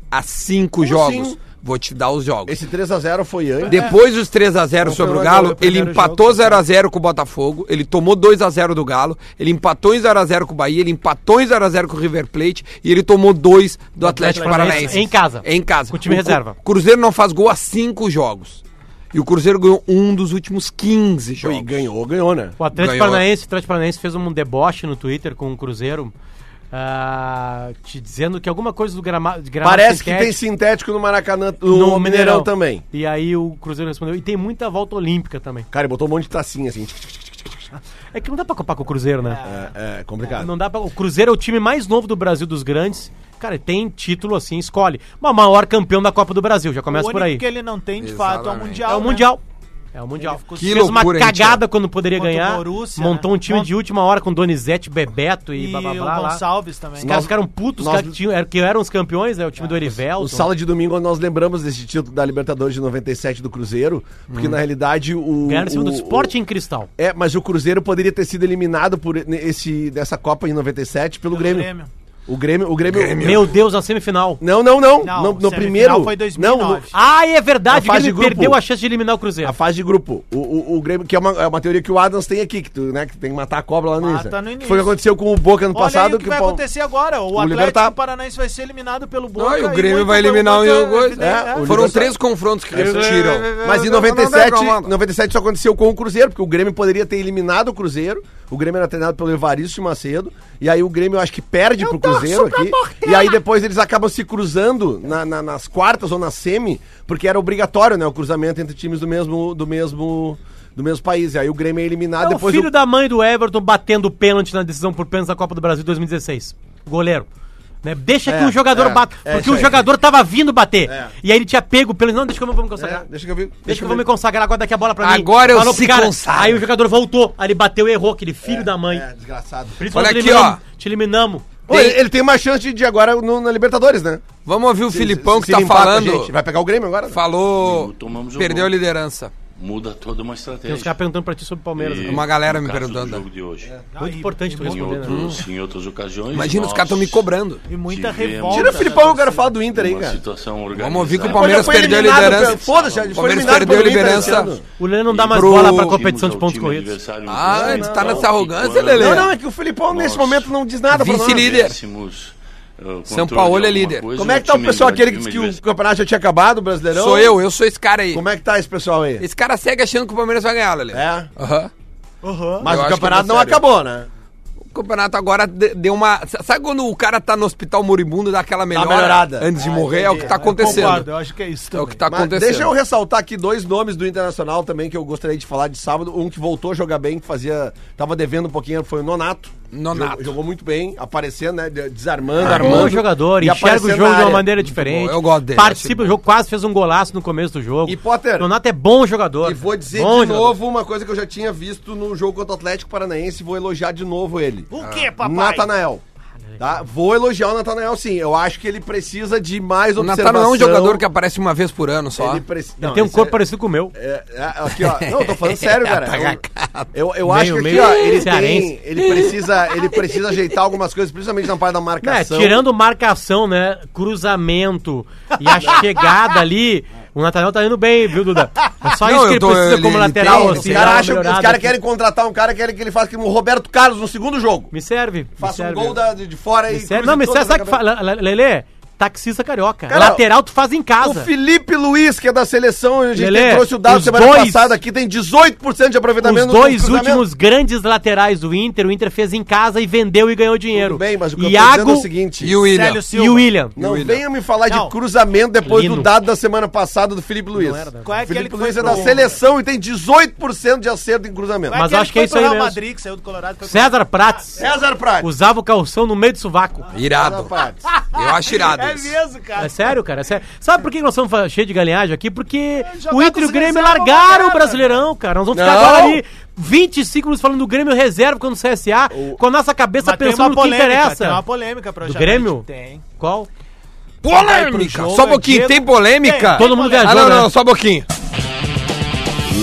Speaker 1: Há cinco jogos.
Speaker 4: assim?
Speaker 1: Vou te dar os jogos.
Speaker 4: Esse 3x0 foi antes.
Speaker 1: Depois dos 3 a 0
Speaker 4: Não
Speaker 1: sobre
Speaker 4: foi
Speaker 1: o
Speaker 4: o
Speaker 1: Galo,
Speaker 4: primeiro
Speaker 1: ele
Speaker 4: jogo,
Speaker 1: empatou
Speaker 4: foi.
Speaker 1: 0 a 0 com o Botafogo, ele tomou 2 a 0 do Galo, ele empatou em 0 a 0 com o Bahia, ele empatou em 0 a 0 com o River Plate e ele tomou 2 do Atlético Paranaense.
Speaker 3: Em casa.
Speaker 1: Em casa.
Speaker 3: Com o time
Speaker 1: Cru-
Speaker 3: reserva.
Speaker 1: Cruzeiro não faz gol há 5 jogos. E o Cruzeiro ganhou um dos últimos 15 jogos.
Speaker 4: E ganhou, ganhou, né?
Speaker 3: O Atlético
Speaker 1: Ganhou.
Speaker 3: Paranaense, o Atlético Paranaense fez um deboche no Twitter com o Cruzeiro, ah, te dizendo que alguma coisa do gramado.
Speaker 2: Tá
Speaker 3: de gramado
Speaker 4: Parece que tem
Speaker 3: sintético-
Speaker 4: sintético no Maracanã, no, Mineirão. também.
Speaker 3: E aí o Cruzeiro respondeu. E tem muita volta olímpica também.
Speaker 4: Cara, ele botou um monte de tacinha assim.
Speaker 3: É que não dá pra copar com o Cruzeiro, né?
Speaker 2: Ah,
Speaker 4: É, é complicado.
Speaker 3: Não dá pra... O Cruzeiro é o time mais novo do Brasil dos grandes. Cara, e tem título assim, escolhe. Mas o maior campeão da Copa do Brasil, já
Speaker 2: o
Speaker 3: começa por
Speaker 2: único
Speaker 3: aí.
Speaker 2: que ele não tem, de fato, é o
Speaker 1: Exatamente.
Speaker 2: Mundial.
Speaker 3: É o
Speaker 2: né?
Speaker 3: Mundial. É o Mundial.
Speaker 2: Ele ficou-
Speaker 1: Que
Speaker 3: Fez uma
Speaker 1: loucura, hein,
Speaker 3: cagada
Speaker 1: Thiago?
Speaker 3: quando poderia
Speaker 2: Contra o
Speaker 3: ganhar.
Speaker 2: Borussia,
Speaker 3: montou
Speaker 2: né?
Speaker 3: um time
Speaker 2: Mont-
Speaker 3: de última hora com Donizete, Bebeto e,
Speaker 2: E
Speaker 3: blá blá
Speaker 2: o
Speaker 3: blá. lá.
Speaker 2: Gonçalves também.
Speaker 3: Os caras ficaram putos, os
Speaker 4: nós-
Speaker 3: caras que, tinham- que eram os campeões, né? O
Speaker 2: É,
Speaker 3: time do Erivelton.
Speaker 4: O Sala de Domingo, nós lembramos desse título da Libertadores de 97 do Cruzeiro, porque
Speaker 2: Hum.
Speaker 4: na realidade o.
Speaker 3: Ganharam em cima do
Speaker 4: o-
Speaker 3: Sport em Cristal.
Speaker 4: É, mas o Cruzeiro poderia ter sido eliminado por esse, dessa Copa em 97 pelo,
Speaker 2: Pelo
Speaker 4: Grêmio.
Speaker 2: Grêmio.
Speaker 4: O Grêmio. O Grêmio.
Speaker 3: Meu Deus, na semifinal.
Speaker 4: Não, não,
Speaker 2: Não,
Speaker 4: não. não no
Speaker 2: semifinal
Speaker 4: primeiro.
Speaker 2: foi
Speaker 4: Não,
Speaker 2: 2009.
Speaker 4: no-
Speaker 3: Ah, é verdade,
Speaker 4: Na
Speaker 3: o
Speaker 4: fase de
Speaker 3: Grêmio
Speaker 4: grupo.
Speaker 3: perdeu a chance de eliminar o Cruzeiro.
Speaker 4: a fase de grupo. O, o, o Grêmio, que é uma, é uma teoria que o Adams tem aqui, que tu, né, que tem que matar a cobra lá no
Speaker 2: Mata
Speaker 4: início.
Speaker 2: no início.
Speaker 4: Foi o que aconteceu com o Boca no
Speaker 2: Olha
Speaker 4: passado.
Speaker 2: aí o que, vai
Speaker 4: o Pal-
Speaker 2: acontecer agora. O, Atlético
Speaker 4: Libertar-
Speaker 2: Paranaense vai ser eliminado pelo Boca.
Speaker 1: Não, e o Grêmio
Speaker 2: muito
Speaker 1: vai eliminar
Speaker 2: pelo
Speaker 1: o
Speaker 2: Boca,
Speaker 1: coisa.
Speaker 2: evidente,
Speaker 4: É,
Speaker 2: né?
Speaker 4: o é,
Speaker 1: Foram
Speaker 4: Universal-
Speaker 1: três confrontos que eles tiram.
Speaker 4: Mas em 97, 97 só aconteceu com o Cruzeiro, porque o Grêmio poderia ter eliminado o Cruzeiro. O Grêmio era treinado pelo Evaristo Macedo. E aí o Grêmio eu acho que perde pro Cruzeiro aqui. E aí depois eles acabam se cruzando na- na- nas quartas ou na semi, porque era obrigatório, né? O cruzamento entre times do mesmo. Do mesmo do mesmo país. E aí o Grêmio é eliminado
Speaker 3: É o
Speaker 4: depois
Speaker 3: filho
Speaker 4: o...
Speaker 3: da mãe do Everton batendo pênalti na decisão por pênalti da Copa do Brasil 2016. Goleiro. Né? Deixa que
Speaker 4: É,
Speaker 3: o jogador
Speaker 4: é,
Speaker 3: bata.
Speaker 4: é
Speaker 3: Porque
Speaker 4: isso
Speaker 3: o
Speaker 4: aí.
Speaker 3: jogador tava vindo bater.
Speaker 4: É.
Speaker 3: E aí ele tinha pego o pênalti. Não, deixa que eu vou me consagrar.
Speaker 4: É, deixa que eu ver.
Speaker 3: Deixa que eu vou me consagrar agora daqui a bola pra mim.
Speaker 1: Agora eu
Speaker 3: Falou pro
Speaker 1: se consagro.
Speaker 3: Aí o jogador voltou. Aí ele bateu e errou, aquele filho da mãe.
Speaker 4: É, desgraçado.
Speaker 3: Por isso
Speaker 1: Olha
Speaker 3: nós
Speaker 1: aqui,
Speaker 3: eliminamos.
Speaker 1: ó.
Speaker 3: Te eliminamos.
Speaker 4: Pô, ele, ele tem uma chance de agora no- na Libertadores, né?
Speaker 1: Vamos ouvir o Filipão
Speaker 4: Se-
Speaker 1: que
Speaker 4: se
Speaker 1: tá
Speaker 4: ele empata,
Speaker 1: falando.
Speaker 4: gente, Vai pegar o Grêmio agora? né?
Speaker 1: Falou.
Speaker 6: Tomamos
Speaker 4: um
Speaker 6: o
Speaker 1: Perdeu
Speaker 6: gol.
Speaker 1: a liderança.
Speaker 6: Muda toda uma estratégia.
Speaker 3: Tem uns caras perguntando pra ti sobre o Palmeiras.
Speaker 6: E
Speaker 3: né?
Speaker 1: Uma galera
Speaker 6: no
Speaker 1: me
Speaker 6: caso
Speaker 1: perguntando. É.
Speaker 6: do jogo de hoje.
Speaker 3: Muito
Speaker 2: Aí,
Speaker 3: importante tu
Speaker 2: e
Speaker 6: Em,
Speaker 3: responder, né?
Speaker 6: outros, em outras ocasiões.
Speaker 1: Imagina, os caras estão me
Speaker 6: cobrando.
Speaker 1: cobrando.
Speaker 2: E muita
Speaker 6: Tivemos-
Speaker 2: revolta.
Speaker 4: Tira o
Speaker 2: da
Speaker 4: Filipão, eu quero
Speaker 2: torcida.
Speaker 4: falar do Inter aí,
Speaker 6: Uma
Speaker 4: cara.
Speaker 6: situação organizada.
Speaker 1: Vamos ouvir que o
Speaker 4: Mas já
Speaker 1: Palmeiras
Speaker 4: foi
Speaker 1: perdeu a
Speaker 4: eliminado
Speaker 1: liderança.
Speaker 4: pelo- Foda-se, ele
Speaker 1: O
Speaker 4: foi
Speaker 1: Palmeiras
Speaker 4: eliminado
Speaker 1: perdeu a
Speaker 4: pelo Inter
Speaker 1: liderança.
Speaker 4: esse ano.
Speaker 3: O Lê não dá mais
Speaker 1: Pro-
Speaker 3: bola pra competição de pontos
Speaker 6: Timos ao time
Speaker 3: corridos.
Speaker 6: adversário em
Speaker 1: Ah,
Speaker 6: função,
Speaker 1: tu tá
Speaker 6: então,
Speaker 1: nessa
Speaker 6: e
Speaker 1: arrogância,
Speaker 6: quando
Speaker 1: Lele?
Speaker 4: Não, não, é que o Filipão nesse
Speaker 6: Nossa.
Speaker 4: momento não diz nada pra nós.
Speaker 1: Vice-líder.
Speaker 6: tivéssemos, eh, o
Speaker 1: São
Speaker 6: controle
Speaker 1: Paulo é
Speaker 6: de alguma
Speaker 1: líder.
Speaker 6: coisa,
Speaker 4: Como é que tá o
Speaker 6: time
Speaker 4: pessoal aquele que
Speaker 6: time
Speaker 4: disse que o
Speaker 6: adversário-
Speaker 4: campeonato já tinha acabado, o Brasileirão?
Speaker 1: Sou eu, eu sou esse cara aí.
Speaker 4: Como é que tá esse pessoal aí?
Speaker 1: Esse cara segue achando que o Palmeiras vai ganhar, Lele.
Speaker 4: É.
Speaker 1: Aham.
Speaker 2: Aham.
Speaker 1: Eu
Speaker 4: Mas o
Speaker 1: acho
Speaker 4: campeonato
Speaker 1: que é
Speaker 4: não
Speaker 1: sério.
Speaker 4: acabou, né?
Speaker 1: O campeonato agora de- deu uma. S- Sabe quando o cara tá no hospital moribundo, dá aquela melhora
Speaker 4: melhorada.
Speaker 1: antes de
Speaker 4: Ah,
Speaker 1: morrer? É o que tá
Speaker 2: Eu concordo,
Speaker 1: acontecendo.
Speaker 2: eu acho que é isso
Speaker 1: É o
Speaker 2: também.
Speaker 1: que tá
Speaker 4: Mas
Speaker 1: acontecendo.
Speaker 4: deixa eu ressaltar aqui dois nomes do Internacional também que eu gostaria de falar de sábado. Um que voltou a jogar bem, que fazia. tava devendo um pouquinho, foi o Nonato.
Speaker 1: Nonato.
Speaker 4: Jogou, jogou muito bem, aparecendo, né? de- Desarmando,
Speaker 3: Bom
Speaker 4: armando.
Speaker 3: jogador,
Speaker 4: e
Speaker 3: enxerga o
Speaker 4: aparecendo
Speaker 3: jogo
Speaker 4: na
Speaker 3: de uma
Speaker 4: área.
Speaker 3: maneira diferente.
Speaker 1: bom, eu gosto dele, acho
Speaker 3: Participa
Speaker 1: bom.
Speaker 3: do jogo, quase fez um golaço no começo do jogo.
Speaker 4: E Potter,
Speaker 3: Nonato é bom jogador.
Speaker 4: E vou dizer
Speaker 3: bom
Speaker 4: de
Speaker 3: jogador.
Speaker 4: novo uma coisa que eu já tinha visto no jogo contra o Atlético Paranaense, vou elogiar de novo ele.
Speaker 2: O que, papai?
Speaker 4: Natanael. Tá? Vou elogiar o Natanael sim. Eu acho que ele precisa de mais
Speaker 1: O
Speaker 4: observação.
Speaker 1: Natal não é um jogador que aparece uma vez por ano só.
Speaker 4: ele preci-
Speaker 3: Ele
Speaker 4: Não,
Speaker 3: tem um
Speaker 4: isso
Speaker 3: corpo
Speaker 4: é-
Speaker 3: parecido com o meu.
Speaker 4: é, é, aqui, ó. Não, eu tô falando sério, cara. Eu, eu, eu
Speaker 3: Meio-
Speaker 4: acho que aqui,
Speaker 3: meio
Speaker 4: ó, ele,
Speaker 3: cearense.
Speaker 4: tem, ele, precisa, ele precisa ajeitar algumas coisas, principalmente na parte da
Speaker 3: Não, é,
Speaker 4: marcação.
Speaker 3: tirando marcação, né? Cruzamento e a chegada ali, o Natanel tá indo bem, viu, Duda? É só
Speaker 1: Não,
Speaker 3: isso
Speaker 1: eu
Speaker 3: que ele
Speaker 1: tô-
Speaker 3: precisa
Speaker 1: ele-
Speaker 3: como
Speaker 1: ele
Speaker 3: lateral.
Speaker 1: tem-
Speaker 3: assim,
Speaker 4: os
Speaker 1: esse
Speaker 3: dar
Speaker 4: caras
Speaker 3: uma
Speaker 4: acham que os
Speaker 3: melhorada.
Speaker 4: caras querem contratar um cara, querem que ele faça como o Roberto Carlos no segundo jogo.
Speaker 3: Me serve.
Speaker 4: Faça
Speaker 3: me
Speaker 4: um
Speaker 3: serve.
Speaker 4: gol da- de, de fora e.
Speaker 3: Sério?
Speaker 4: cruze
Speaker 3: Não, mas
Speaker 4: toda
Speaker 3: sabe,
Speaker 4: na
Speaker 3: sabe que
Speaker 4: cabeça.
Speaker 3: fa- Le- Le- Lelê? Taxista carioca.
Speaker 4: Cara,
Speaker 3: Lateral tu faz em casa.
Speaker 4: O Felipe Luiz, que é da seleção, a gente
Speaker 3: Lelê,
Speaker 4: tem- trouxe o dado
Speaker 3: os
Speaker 4: semana
Speaker 3: dois-
Speaker 4: passada aqui, tem 18% de aproveitamento
Speaker 3: Os
Speaker 4: nos
Speaker 3: dois
Speaker 4: cruzamentos.
Speaker 3: últimos grandes laterais do Inter, o Inter fez em casa e vendeu e ganhou dinheiro.
Speaker 4: Tudo bem, mas o que eu tô dizendo
Speaker 3: Iago
Speaker 4: é o seguinte.
Speaker 1: E o William.
Speaker 2: Célio Silva.
Speaker 3: e o William.
Speaker 4: Não
Speaker 1: Willian.
Speaker 4: venha me falar
Speaker 2: Não.
Speaker 4: de cruzamento depois do
Speaker 3: Lino.
Speaker 4: dado da semana passada do Felipe Luiz.
Speaker 2: Qual é
Speaker 4: o
Speaker 2: aquele
Speaker 4: Felipe
Speaker 2: que
Speaker 4: Luiz
Speaker 2: foi
Speaker 4: é da
Speaker 2: pro-
Speaker 4: seleção e tem 18% de acerto em cruzamento.
Speaker 2: Vai
Speaker 3: Mas
Speaker 2: aquele
Speaker 3: acho que é
Speaker 2: foi
Speaker 3: isso
Speaker 2: pro
Speaker 3: aí
Speaker 2: Real
Speaker 3: mesmo.
Speaker 2: Madrid, que saiu do Colorado. foi pro-
Speaker 3: César Prates
Speaker 4: César Prats.
Speaker 3: usava o calção no meio do sovaco.
Speaker 1: Irado.
Speaker 4: Prats.
Speaker 1: Eu acho irado.
Speaker 2: É
Speaker 1: isso.
Speaker 2: mesmo, cara.
Speaker 3: É sério, cara, é sério. Sabe por que nós somos fa- cheios de galinhagem aqui? Porque
Speaker 2: Jogar
Speaker 3: o Inter e
Speaker 2: com
Speaker 3: o Grêmio
Speaker 2: seleção é uma
Speaker 3: largaram o
Speaker 2: merda.
Speaker 3: Brasileirão, cara. Nós vamos ficar
Speaker 4: Não.
Speaker 3: agora ali 25 minutos falando do Grêmio reserva contra o CSA, com a nossa cabeça
Speaker 2: Mas tem
Speaker 3: pensando
Speaker 2: uma
Speaker 3: no que
Speaker 2: polêmica,
Speaker 3: interessa.
Speaker 2: Tem uma polêmica pra
Speaker 3: Do
Speaker 2: hoje à
Speaker 3: Grêmio?
Speaker 2: noite. Tem.
Speaker 3: Qual?
Speaker 2: Vai pro
Speaker 1: Polêmica!
Speaker 2: jogo,
Speaker 1: Só um pouquinho,
Speaker 2: é
Speaker 1: tem
Speaker 2: Diego-
Speaker 1: polêmica?
Speaker 2: Tem,
Speaker 3: Todo mundo
Speaker 1: Ah,
Speaker 3: viajou,
Speaker 1: não,
Speaker 3: né?
Speaker 1: não, só um pouquinho.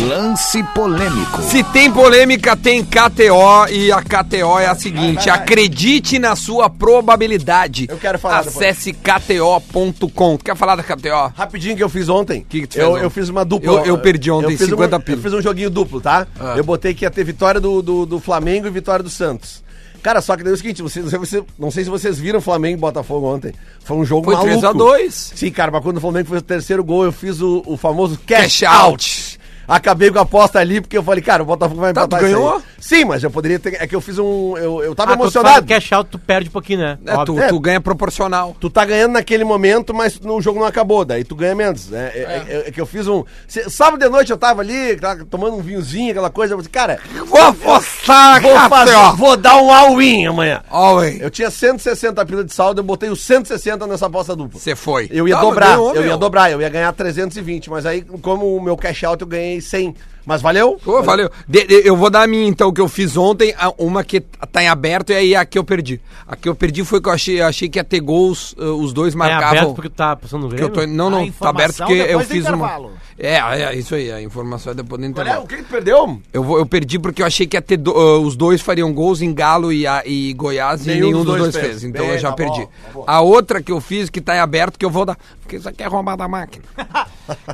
Speaker 7: Lance polêmico.
Speaker 1: Se tem polêmica, tem KTO e a KTO é a seguinte: acredite na sua probabilidade.
Speaker 4: Eu quero falar depois.
Speaker 1: Acesse KTO.com. Tu quer falar da KTO?
Speaker 4: Rapidinho que eu fiz ontem.
Speaker 1: Que que tu
Speaker 4: eu,
Speaker 1: fez ontem?
Speaker 4: eu fiz uma dupla.
Speaker 1: Eu- eu perdi ontem
Speaker 4: fiz
Speaker 1: 50
Speaker 4: um,
Speaker 1: pila.
Speaker 4: Eu fiz um joguinho duplo, tá?
Speaker 1: Ah.
Speaker 4: Eu botei que ia ter vitória do, do, do Flamengo e vitória do Santos. Cara, só que daí é o seguinte, você, você- você- não sei se vocês viram Flamengo e Botafogo ontem. Foi um jogo
Speaker 1: Foi
Speaker 4: maluco.
Speaker 1: 3 a 2.
Speaker 4: Sim, cara, mas quando o Flamengo fez o terceiro gol, eu fiz o, o famoso cash,
Speaker 1: Cash
Speaker 4: out. Acabei com a aposta ali, porque eu falei, cara, o Botafogo vai
Speaker 1: Tá,
Speaker 4: empatar
Speaker 1: tu
Speaker 4: isso aí.
Speaker 1: ganhou?
Speaker 4: Sim, mas eu poderia ter... É que eu fiz um... Eu, eu tava
Speaker 3: Ah, quando tu faz
Speaker 4: emocionado.
Speaker 3: o cash out, tu perde um pouquinho, né?
Speaker 1: É, tu,
Speaker 4: É.
Speaker 1: tu ganha proporcional.
Speaker 4: Tu tá ganhando naquele momento, mas no jogo não acabou, daí tu ganha menos. né? É, é- é que eu fiz um. Cê- sábado de noite eu tava ali, tava tomando um vinhozinho, aquela coisa. Eu falei, cara,
Speaker 1: Vou apostar,
Speaker 4: vou, fazer,
Speaker 1: KTO.
Speaker 4: vou dar um all-in amanhã.
Speaker 1: Ó, hein.
Speaker 4: Eu tinha 160 pila de saldo, eu botei os 160 nessa aposta dupla.
Speaker 1: Você foi.
Speaker 4: Eu ia
Speaker 1: Tá, mas
Speaker 4: dobrar,
Speaker 1: ganhou,
Speaker 4: eu ia
Speaker 1: meu.
Speaker 4: dobrar, eu ia ganhar 320, mas aí, como o meu cash out, eu ganhei 100. Mas valeu?
Speaker 1: Pô, valeu. De- de- eu vou dar a minha, então, que eu fiz ontem, a- uma que tá em aberto, e aí a que eu perdi. A que eu perdi foi que eu achei, achei que ia ter gols, uh, os dois
Speaker 3: É aberto
Speaker 1: marcavam.
Speaker 3: porque tu tá passando no
Speaker 1: que eu
Speaker 3: Grêmio.
Speaker 1: tô, não,
Speaker 2: A
Speaker 1: não, tá
Speaker 2: informação
Speaker 1: aberto porque eu
Speaker 2: depois do
Speaker 1: fiz uma.
Speaker 2: intervalo.
Speaker 1: É, é, isso aí, a informação é depois do
Speaker 4: Olha,
Speaker 1: intervalo.
Speaker 4: o que que perdeu?
Speaker 1: Eu, vou, eu perdi porque eu achei que ia ter do- uh, os dois fariam gols em Galo e, a- e Goiás e nenhum dos dois, fez. Então
Speaker 4: Bem,
Speaker 1: eu já
Speaker 4: tá
Speaker 1: perdi.
Speaker 4: bom, tá bom.
Speaker 1: a outra que eu fiz que tá em aberto que eu vou dar. Porque isso aqui é roubar da máquina.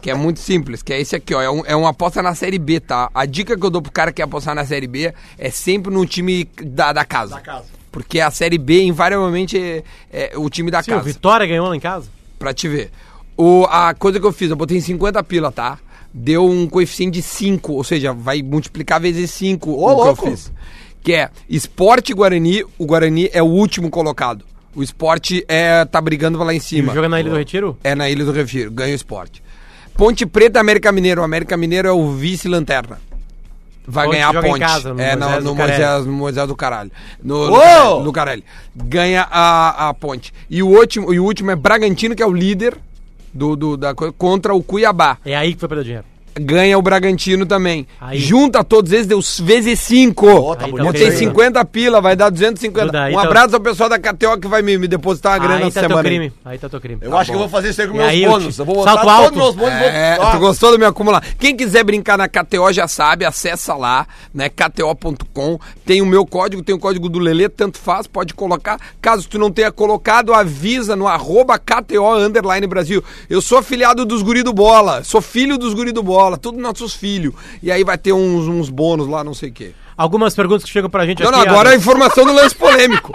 Speaker 1: que é muito simples, que é esse aqui, ó. É, um- é uma aposta na Série B, tá? A dica que eu dou pro cara que quer apostar na Série B é sempre num time da, da casa. Porque a Série B, invariavelmente, é, é o time da
Speaker 3: Sim, o
Speaker 1: casa
Speaker 3: Vitória ganhou lá em casa.
Speaker 1: pra te ver. O, a coisa que eu fiz, eu botei 50 pila, tá? Deu um coeficiente de 5, ou seja, vai multiplicar vezes 5 o
Speaker 4: louco!
Speaker 1: que eu fiz. Que é Esporte Guarani, o Guarani é o último colocado. O esporte é, tá brigando pra lá em
Speaker 3: E
Speaker 1: cima.
Speaker 3: joga na Ilha do Retiro?
Speaker 1: É na Ilha do Refiro, ganha o esporte. Ponte Preta América Mineiro. O América Mineiro é o vice-lanterna. Vai
Speaker 3: Ponte
Speaker 1: ganhar a
Speaker 3: joga em
Speaker 1: ponte.
Speaker 3: casa, no
Speaker 1: é, no,
Speaker 3: Moisés
Speaker 1: no
Speaker 3: do Carelli.
Speaker 1: Moisés, no Moisés do caralho. No, no,
Speaker 4: Uou!
Speaker 1: Carelli, no Carelli. Ganha a, a ponte. E o, último, e o último é Bragantino, que é o líder do, do- da, co- contra o Cuiabá.
Speaker 3: É aí que foi perder dinheiro.
Speaker 1: Ganha o Bragantino também.
Speaker 3: Aí.
Speaker 1: Junta todos eles, deu s- vezes 5.
Speaker 4: Ó, tá
Speaker 3: Aí
Speaker 4: bonito.
Speaker 3: tá
Speaker 1: Botei
Speaker 3: feio, né?
Speaker 1: 50 pila, vai dar 250.
Speaker 3: Duda, aí
Speaker 1: um
Speaker 3: tá-
Speaker 1: abraço ao pessoal da KTO que vai me, me depositar uma grana
Speaker 3: aí
Speaker 1: essa
Speaker 3: tá
Speaker 1: semana.
Speaker 3: teu
Speaker 1: aí.
Speaker 3: crime. Aí tá teu crime.
Speaker 4: Eu acho que eu vou fazer isso aí com
Speaker 3: E
Speaker 4: meus
Speaker 3: aí, eu
Speaker 4: bônus.
Speaker 3: te-
Speaker 4: Eu vou botar
Speaker 3: salto
Speaker 4: todos
Speaker 3: alto.
Speaker 4: os meus bônus. vou-
Speaker 1: É,
Speaker 4: Ah.
Speaker 1: tu gostou do meu acumular? Quem quiser brincar na KTO já sabe, acessa lá, né? KTO.com. Tem o meu código, tem o código do Lelê, tanto faz, pode colocar. Caso tu não tenha colocado, avisa no arroba KTO Underline Brasil. Eu sou afiliado dos Guri do Bola, sou filho dos Guri do Bola, tudo nossos filhos. E aí vai ter uns, uns bônus lá, não sei o quê.
Speaker 3: Algumas perguntas que chegam pra gente
Speaker 1: Então não, agora a informação do lance polêmico.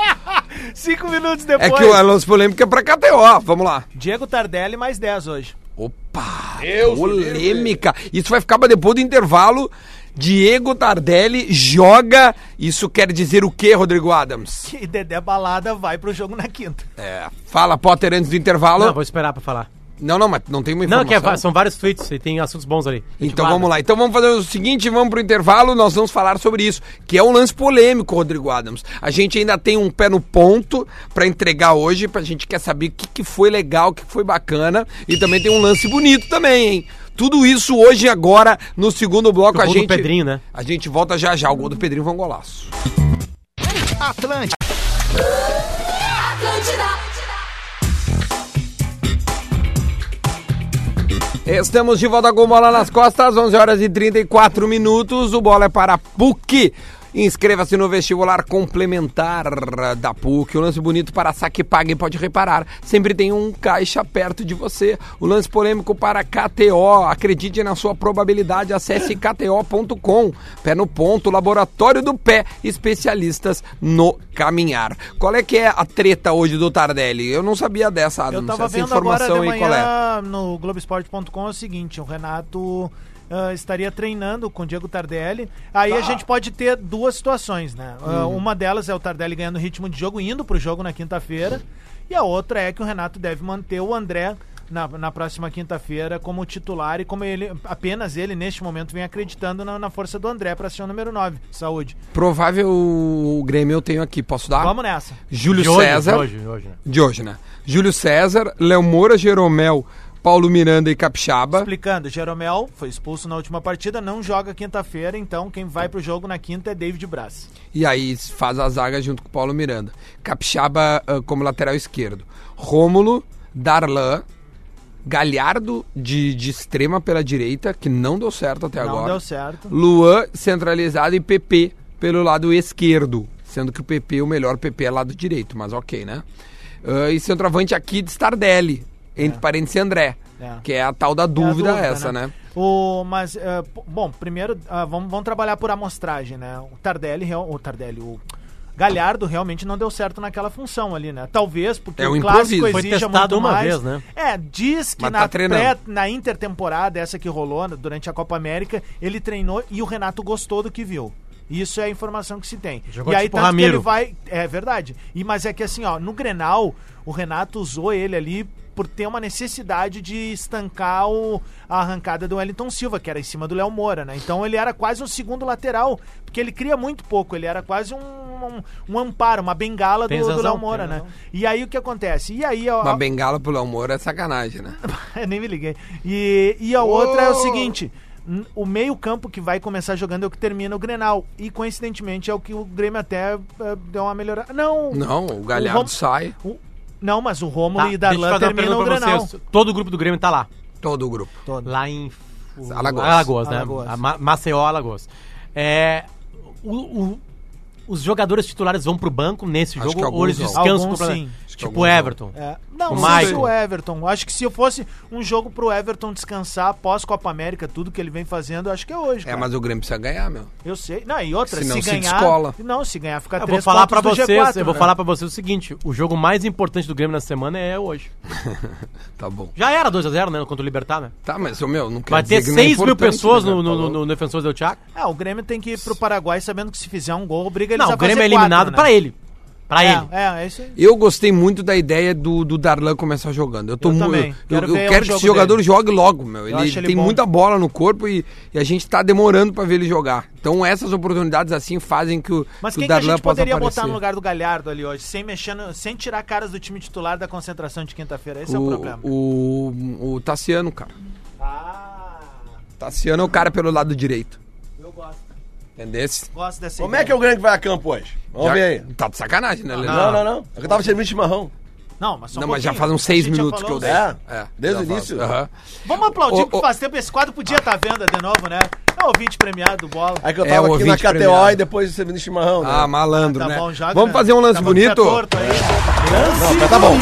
Speaker 2: Cinco minutos
Speaker 1: É
Speaker 2: depois.
Speaker 1: que o lance polêmico é pra KTO, vamos lá.
Speaker 2: Diego Tardelli mais 10 hoje.
Speaker 1: Opa! polêmica! Isso vai ficar pra depois do intervalo. Diego Tardelli joga. Isso quer dizer o quê, Rodrigo Adams?
Speaker 2: E Dedé Balada vai pro jogo na quinta.
Speaker 1: É, fala, Potter, antes do intervalo.
Speaker 3: Não,
Speaker 1: Não,
Speaker 3: vou esperar pra falar.
Speaker 1: não, mas não tem uma
Speaker 3: Não,
Speaker 1: informação.
Speaker 3: que é va- são vários tweets e tem assuntos bons ali. Tipo, ah,
Speaker 1: Então vamos lá. Então vamos fazer o seguinte, vamos pro intervalo, nós vamos falar sobre isso, que é um lance polêmico, Rodrigo Adams. A gente ainda tem um pé no ponto pra entregar hoje, pra gente quer saber o que, que foi legal, o que foi bacana e também tem um lance bonito também, hein? Tudo isso hoje e agora no segundo bloco
Speaker 3: O
Speaker 1: a
Speaker 3: gol do
Speaker 1: gente
Speaker 3: Pedrinho, né?
Speaker 1: A gente volta já já, o gol do Pedrinho foi um golaço. Estamos de volta com bola nas costas, 11 horas e 34 minutos. O bola é para PUC. Inscreva-se no vestibular complementar da PUC. O lance bonito para saque pague pode reparar. Sempre tem um caixa perto de você. O lance polêmico para KTO. Acredite na sua probabilidade. Acesse kto.com. Pé no ponto, laboratório do pé, especialistas no caminhar. Qual é que é a treta hoje do Tardelli? Eu não sabia dessa, Adam.
Speaker 2: Eu tava
Speaker 1: Hum, Essa
Speaker 2: vendo agora
Speaker 1: informação
Speaker 2: de
Speaker 1: aí, qual é?
Speaker 2: manhã no Globoesporte.com é o seguinte, o Renato ah, estaria treinando com o Diego Tardelli. Aí a gente pode ter duas situações, né? Ah,
Speaker 1: Hum.
Speaker 2: uma delas é o Tardelli ganhando ritmo de jogo, indo pro jogo na quinta-feira. E a outra é que o Renato deve manter o André na, na próxima quinta-feira como titular e como ele apenas ele, neste momento, vem acreditando na, na força do André para ser o número 9. Saúde.
Speaker 1: Provável o Grêmio eu tenho aqui. Posso dar?
Speaker 2: Vamos nessa.
Speaker 1: Júlio
Speaker 3: né? De hoje,
Speaker 1: César.
Speaker 3: de hoje, de hoje, né?
Speaker 1: Ah. De hoje, né? Júlio César, Léo Moura, Jeromel, Paulo Miranda e Capixaba.
Speaker 2: Explicando, Jeromel foi expulso na última partida, não joga quinta-feira, então quem vai pro jogo na quinta é David Braz.
Speaker 1: E aí faz a zaga junto com o Paulo Miranda. Capixaba ah, como lateral esquerdo. Rômulo, Darlan, Galhardo de, de extrema pela direita, que não deu certo até
Speaker 2: não
Speaker 1: agora.
Speaker 2: deu certo.
Speaker 1: Luan centralizado e PP pelo lado esquerdo. Sendo que o PP, o melhor PP é lado direito, mas ok, né? Ah, e centroavante aqui de Stardelli, entre parênteses André.
Speaker 2: É.
Speaker 1: Que é a tal da
Speaker 2: É a
Speaker 1: dúvida, essa, né?
Speaker 2: O, mas, eh, p- bom, primeiro ah, vamos, vamos trabalhar por amostragem, né? O Tardelli, real- o Tardelli, o Galhardo realmente não deu certo naquela função ali, né? Talvez porque
Speaker 1: É um
Speaker 2: o clássico
Speaker 1: improviso.
Speaker 2: exija
Speaker 1: Foi
Speaker 3: testado
Speaker 2: muito
Speaker 3: uma
Speaker 2: mais.
Speaker 3: vez, né?
Speaker 2: É, diz que
Speaker 1: Mas
Speaker 2: na,
Speaker 1: tá treinando.
Speaker 2: pré- na intertemporada, essa que rolou na- durante a Copa América, ele treinou e o Renato gostou do que viu. Isso é a informação que se tem.
Speaker 3: Jogou
Speaker 2: e aí,
Speaker 3: tipo
Speaker 2: tanto que ele
Speaker 3: Ramiro.
Speaker 2: vai. É verdade. E, mas é que assim, ó, no Grenal, o Renato usou ele ali por ter uma necessidade de estancar o- a arrancada do Wellington Silva, que era em cima do Léo Moura, né? Então ele era quase um segundo lateral, porque ele cria muito pouco, ele era quase um, um, um amparo, uma bengala
Speaker 3: Tem
Speaker 2: do, do
Speaker 3: razão,
Speaker 2: Léo
Speaker 3: tem
Speaker 2: Moura, né?
Speaker 3: razão.
Speaker 2: E aí o que acontece? E aí, ó,
Speaker 1: Uma bengala pro Léo Moura é sacanagem, né?
Speaker 2: eu nem me liguei. E, e a outra é o seguinte: n- o meio-campo que vai começar jogando é o que termina o Grenal. E coincidentemente é o que o Grêmio até eh, deu uma melhorada. Não!
Speaker 1: Não, o Galhardo
Speaker 2: Rom-
Speaker 1: sai,
Speaker 2: o- não, mas o Rômulo
Speaker 3: Tá,
Speaker 2: e
Speaker 3: deixa eu
Speaker 2: Darlan
Speaker 3: fazer uma
Speaker 2: terminam o
Speaker 3: pergunta pra
Speaker 2: Grenal.
Speaker 3: vocês. Todo o grupo do Grêmio tá lá.
Speaker 1: todo o grupo.
Speaker 3: Lá em
Speaker 1: Alagoas.
Speaker 3: Alagoas, né?
Speaker 2: Alagoas.
Speaker 3: A Ma- Maceió, Alagoas. É, o- o- os jogadores titulares vão pro banco nesse
Speaker 1: Acho que
Speaker 3: jogo ou
Speaker 1: alguns
Speaker 3: eles
Speaker 1: vão.
Speaker 3: descansam
Speaker 2: Alguns
Speaker 3: completamente?
Speaker 2: sim.
Speaker 1: Acho que
Speaker 3: Tipo
Speaker 1: alguns vão.
Speaker 3: Everton.
Speaker 2: É. Não,
Speaker 3: O
Speaker 2: não sei se
Speaker 3: Michael.
Speaker 2: o Everton. Acho que se eu fosse um jogo pro Everton descansar após Copa América, tudo que ele vem fazendo, eu acho que é hoje.
Speaker 1: É,
Speaker 3: Tá.
Speaker 2: cara.
Speaker 1: mas o Grêmio precisa ganhar, meu.
Speaker 2: Eu sei. Não, e outra,
Speaker 1: Senão
Speaker 2: se
Speaker 1: se
Speaker 2: ganhar.
Speaker 1: descola.
Speaker 2: Não, se ganhar, fica
Speaker 3: Eu vou
Speaker 2: três
Speaker 3: falar pra
Speaker 2: pontos do
Speaker 3: vocês,
Speaker 2: G4,
Speaker 3: eu vou
Speaker 2: né?
Speaker 3: falar para vocês o seguinte, o jogo mais importante do Grêmio na semana é hoje.
Speaker 1: Tá bom.
Speaker 3: Já era 2 a 0, né, contra o Libertar, né?
Speaker 1: Tá, mas o meu, não quer
Speaker 3: Vai ter
Speaker 1: dizer que não é
Speaker 3: 6 mil
Speaker 1: importante,
Speaker 3: pessoas
Speaker 1: né,
Speaker 3: no, no,
Speaker 1: Paulo?
Speaker 3: no, no Defensor del Chaco.
Speaker 2: É, o Grêmio tem que ir pro Paraguai sabendo que se fizer um gol, obriga eles
Speaker 3: Não,
Speaker 2: a
Speaker 3: o Grêmio
Speaker 2: fazer
Speaker 3: é eliminado
Speaker 2: quatro, né?
Speaker 3: pra ele. Pra
Speaker 2: É,
Speaker 3: ele.
Speaker 2: É, é isso aí.
Speaker 1: Eu gostei muito da ideia do, do Darlan começar jogando. Eu, tô
Speaker 2: Eu
Speaker 1: mu-
Speaker 2: também.
Speaker 1: Eu,
Speaker 2: Quero
Speaker 1: eu
Speaker 2: ver um
Speaker 1: quero que
Speaker 2: jogo
Speaker 1: esse jogador
Speaker 2: dele.
Speaker 1: jogue logo, meu. Ele,
Speaker 2: acho ele
Speaker 1: tem
Speaker 2: bom.
Speaker 1: muita bola no corpo e, e a gente tá demorando pra ver ele jogar. Então essas oportunidades assim fazem que o,
Speaker 2: Mas
Speaker 1: que
Speaker 2: quem
Speaker 1: o
Speaker 2: que a
Speaker 1: Darlan
Speaker 2: gente
Speaker 1: possa
Speaker 2: poderia
Speaker 1: aparecer.
Speaker 2: botar no lugar do Galhardo ali hoje, sem mexendo, sem tirar caras do time titular da concentração de quinta-feira? Esse é o problema.
Speaker 1: o, o, o Tassiano, cara.
Speaker 2: Ah,
Speaker 1: Tassiano é o cara pelo lado direito.
Speaker 2: eu gosto.
Speaker 1: Entendesse?
Speaker 2: Gosto dessa
Speaker 4: Como é que é o Grêmio que vai a campo hoje? Vamos
Speaker 1: Já-
Speaker 4: ver aí.
Speaker 1: Tá de sacanagem,
Speaker 2: Ah,
Speaker 1: né, Leandro?
Speaker 4: Não, não, não. É Eu tava servindo chimarrão.
Speaker 2: Não, mas, só um
Speaker 1: Não, mas já
Speaker 2: pouquinho.
Speaker 1: faz uns
Speaker 2: A
Speaker 1: seis
Speaker 2: gente já
Speaker 1: minutos que eu
Speaker 2: falou
Speaker 1: dei.
Speaker 2: uns-
Speaker 4: É? Desde o
Speaker 1: já
Speaker 4: início?
Speaker 1: faz. Aham.
Speaker 2: Vamos aplaudir,
Speaker 1: Ô,
Speaker 2: porque
Speaker 1: ô.
Speaker 2: faz tempo esse quadro
Speaker 1: Ah.
Speaker 2: podia estar à venda de novo, né? É o ouvinte premiado, bola.
Speaker 4: Aí que eu
Speaker 1: É,
Speaker 4: tava
Speaker 1: o
Speaker 4: aqui na
Speaker 1: ouvinte
Speaker 4: KTO
Speaker 1: premiado.
Speaker 4: e depois servindo chimarrão. né?
Speaker 1: Ah, malandro,
Speaker 2: Tá
Speaker 1: né?
Speaker 2: bom já,
Speaker 1: Vamos
Speaker 2: né?
Speaker 1: fazer um lance
Speaker 2: Tá bom,
Speaker 1: bonito?
Speaker 2: tá torto aí.
Speaker 4: Não, mas tá bom.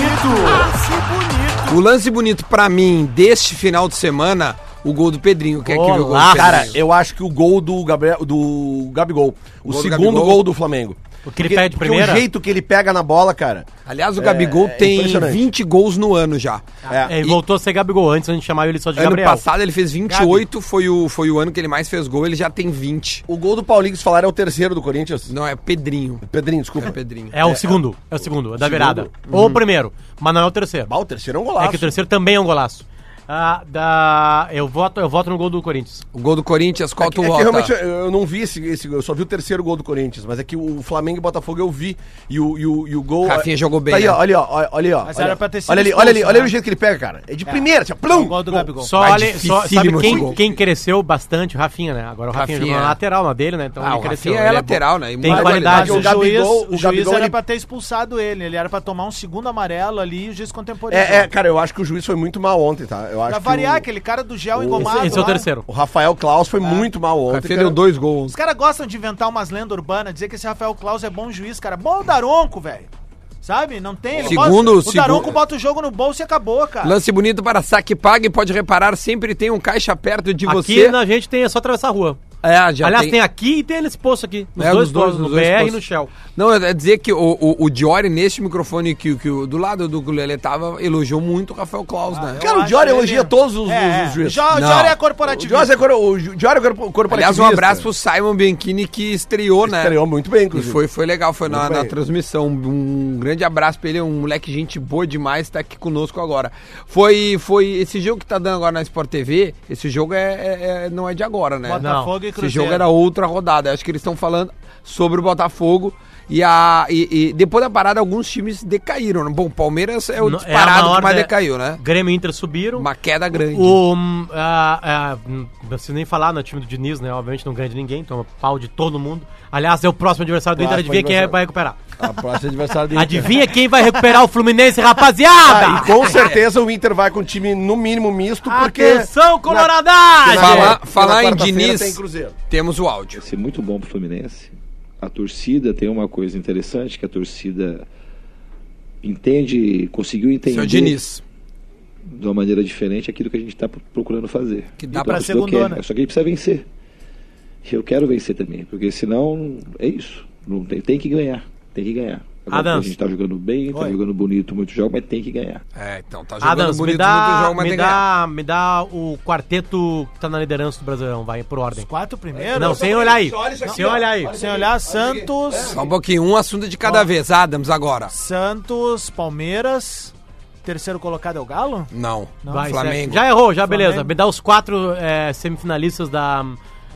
Speaker 1: O lance bonito pra mim deste final de semana, o gol do Pedrinho. Quem é que viu o gol do
Speaker 3: Golaço.
Speaker 1: Pedrinho?
Speaker 4: Ah, Cara, eu acho que o gol do Gabriel, do Gabigol, o,
Speaker 1: gol do
Speaker 4: segundo
Speaker 1: Gabigol.
Speaker 4: gol do Flamengo.
Speaker 3: O que ele pega de
Speaker 4: porque
Speaker 3: primeira?
Speaker 4: o jeito que ele pega na bola, cara.
Speaker 1: Aliás, o Gabigol
Speaker 4: é
Speaker 1: tem
Speaker 4: impressionante.
Speaker 1: 20 gols no ano já.
Speaker 3: É, ele voltou a ser Gabigol antes, a gente chamava ele só de
Speaker 1: ano
Speaker 3: Gabriel.
Speaker 1: passado ele fez 28, foi o, foi o ano que ele mais fez gol, ele já tem 20.
Speaker 4: O gol do Paulinho que se falaram é o terceiro do Corinthians.
Speaker 1: Não, é Pedrinho.
Speaker 4: Pedrinho,
Speaker 1: É
Speaker 4: desculpa.
Speaker 1: Uhum. Pedrinho.
Speaker 3: É o segundo, é o segundo, é da virada. Ou o primeiro, mas não é o terceiro.
Speaker 4: Bah, o terceiro é um
Speaker 3: É
Speaker 4: golaço.
Speaker 3: que o terceiro também é um golaço. Ah, da... eu, voto, eu voto no gol do Corinthians.
Speaker 1: O gol do Corinthians, qual tu
Speaker 4: É que
Speaker 1: vota?
Speaker 4: realmente eu- eu não vi esse, esse gol, eu só vi o terceiro gol do Corinthians, mas é que o Flamengo e Botafogo eu vi. E o, e o, e o gol.
Speaker 1: Rafinha jogou bem,
Speaker 4: Tá aí,
Speaker 1: né?
Speaker 4: ó, olha, ó, olha, olha, ó,
Speaker 2: Mas
Speaker 4: olha,
Speaker 2: era pra ter sido
Speaker 4: olha ali,
Speaker 2: expulso,
Speaker 4: olha ali, olha
Speaker 2: né?
Speaker 4: o jeito que ele pega, cara. É de primeira, assim, ó, plum!
Speaker 2: O gol do Gabigol.
Speaker 3: Só,
Speaker 1: Mas
Speaker 3: olha, só sabe
Speaker 1: dificílimo esse
Speaker 3: quem,
Speaker 1: gol.
Speaker 3: quem cresceu bastante? O Rafinha, né? Agora o Rafinha,
Speaker 1: Rafinha,
Speaker 3: jogou
Speaker 1: é.
Speaker 3: na lateral, na dele, né? Então
Speaker 1: Ah, o
Speaker 3: ele cresceu.
Speaker 1: Rafinha é
Speaker 3: ele
Speaker 1: lateral, né? E
Speaker 3: Tem
Speaker 1: muita
Speaker 3: qualidade.
Speaker 2: Mas o,
Speaker 4: O Gabigol-
Speaker 2: juiz,
Speaker 4: o
Speaker 2: o juiz
Speaker 4: Gabigol,
Speaker 2: era
Speaker 4: ele-
Speaker 2: pra ter expulsado ele, ele era pra tomar um segundo amarelo ali e o juiz contemporâneo.
Speaker 4: É, é, cara, eu acho que o juiz foi muito mal ontem, tá? eu acho
Speaker 2: Pra
Speaker 4: que
Speaker 2: variar, É.
Speaker 4: o-
Speaker 2: aquele cara do gel
Speaker 4: Esse-
Speaker 2: engomado.
Speaker 3: Esse é
Speaker 1: né?
Speaker 3: o
Speaker 2: lá.
Speaker 3: terceiro.
Speaker 4: O Rafael Klaus foi muito mal
Speaker 1: O
Speaker 4: ontem.
Speaker 1: Café
Speaker 4: cara.
Speaker 1: deu dois gols.
Speaker 2: Os caras gostam de inventar umas lendas urbanas, dizer que esse Rafael Claus é bom juiz, cara. Bom o Daronco, velho. Sabe? Não tem. ele
Speaker 1: Segundo-
Speaker 2: bota- o
Speaker 1: segundo-
Speaker 2: Daronco bota o jogo no bolso e acabou, cara.
Speaker 1: Lance bonito para saque pague. Pode reparar, sempre tem um caixa perto de
Speaker 3: Aqui
Speaker 1: você.
Speaker 3: na gente tem, é só atravessar a rua.
Speaker 1: É, já
Speaker 3: Aliás, tem... aqui e tem nesse posto aqui. Nos
Speaker 1: É,
Speaker 3: dois
Speaker 1: nos dois-
Speaker 3: postos,
Speaker 1: nos
Speaker 3: no
Speaker 1: dois
Speaker 3: BR e
Speaker 1: postos.
Speaker 3: no Shell.
Speaker 1: Não, é dizer que o, o, o Diori, neste microfone que, que o- do lado do que o Lelê tava, elogiou muito o Rafael Klaus, né?
Speaker 4: Ah, Cara, o
Speaker 2: acho
Speaker 4: Diori
Speaker 2: ele-
Speaker 4: elogia todos os,
Speaker 2: É,
Speaker 4: os- os juízes.
Speaker 2: Jo- O
Speaker 1: Não.
Speaker 2: Diori é
Speaker 4: O
Speaker 2: corporativista.
Speaker 4: Diori é, cor- o Diori é cor- corporativista.
Speaker 1: Aliás, um abraço pro Simon Bianchini que estreou, né?
Speaker 4: Estreou muito bem,
Speaker 1: E
Speaker 4: inclusive.
Speaker 1: foi, foi legal, foi na,
Speaker 4: Muito
Speaker 1: na
Speaker 4: bem.
Speaker 1: transmissão. Um grande abraço pra ele, é um moleque gente boa demais, tá aqui conosco agora. Foi, foi esse jogo que tá dando agora na Sport TV, esse jogo é, é- é- não é de agora, né?
Speaker 2: Botafogo e
Speaker 1: Esse
Speaker 2: Cruzeiro.
Speaker 1: jogo era outra rodada. Acho que eles estão falando sobre o Botafogo. E, a, e, e depois da parada, alguns times decaíram. né? Bom, o Palmeiras é o
Speaker 3: Não, é a
Speaker 1: disparado
Speaker 3: maior
Speaker 1: que mais
Speaker 3: de-
Speaker 1: decaiu, né?
Speaker 3: Grêmio e Inter subiram.
Speaker 1: Uma queda grande.
Speaker 3: O, hum, ah, ah, hum, não preciso nem falar no time do Diniz, né? Obviamente não ganha de ninguém, toma pau de todo mundo. Aliás, é o próximo adversário do Inter,
Speaker 4: Próximo
Speaker 3: adivinha quem é-
Speaker 4: adversário.
Speaker 3: vai recuperar.
Speaker 4: A próxima adversária dele.
Speaker 3: Adivinha quem vai recuperar o Fluminense,
Speaker 1: Tá,
Speaker 4: Ah, e
Speaker 3: rapaziada?
Speaker 4: com certeza o Inter vai com um time no mínimo misto,
Speaker 2: Ah,
Speaker 4: porque.
Speaker 3: Atenção, Coloradagem!
Speaker 1: Falar-
Speaker 4: porque
Speaker 1: falar em
Speaker 4: quarta-feira
Speaker 1: Diniz-
Speaker 4: tem Cruzeiro.
Speaker 1: Temos o áudio.
Speaker 7: ser muito bom para o Fluminense. A torcida tem uma coisa interessante que a torcida entende, conseguiu
Speaker 1: Seu
Speaker 7: entender
Speaker 1: Diniz.
Speaker 7: de uma maneira diferente aquilo que a gente está procurando fazer.
Speaker 1: Que dá
Speaker 7: E o
Speaker 1: pra
Speaker 7: torcedor
Speaker 2: segundona.
Speaker 7: quer, Só que a gente precisa vencer. E Eu quero vencer também, porque senão é isso. Não tem, tem que ganhar, tem que ganhar.
Speaker 3: Adams.
Speaker 7: a gente está jogando bem, está
Speaker 2: Oi.
Speaker 7: jogando bonito, muito jogo, mas tem que ganhar.
Speaker 1: É, então, tá jogando
Speaker 3: Adams,
Speaker 1: bonito
Speaker 3: me dá,
Speaker 1: muito jogo, mas tem
Speaker 3: me,
Speaker 1: que ganhar.
Speaker 3: dá, me dá o quarteto que tá na liderança do Brasileirão, vai, por
Speaker 2: Os
Speaker 3: ordem.
Speaker 2: quatro primeiros.
Speaker 3: Não, sem olhar aí.
Speaker 4: Olha isso aqui,
Speaker 3: Sem
Speaker 4: ó.
Speaker 3: olhar aí.
Speaker 2: Sem olhar, Santos.
Speaker 4: É.
Speaker 1: Só um pouquinho, um assunto de cada vez. Adams agora.
Speaker 2: Santos, Palmeiras. Terceiro colocado é o Galo?
Speaker 1: Não.
Speaker 3: Vai,
Speaker 1: Flamengo.
Speaker 3: segue. Já errou, já beleza.
Speaker 2: Flamengo.
Speaker 3: Me dá os quatro eh, semifinalistas da,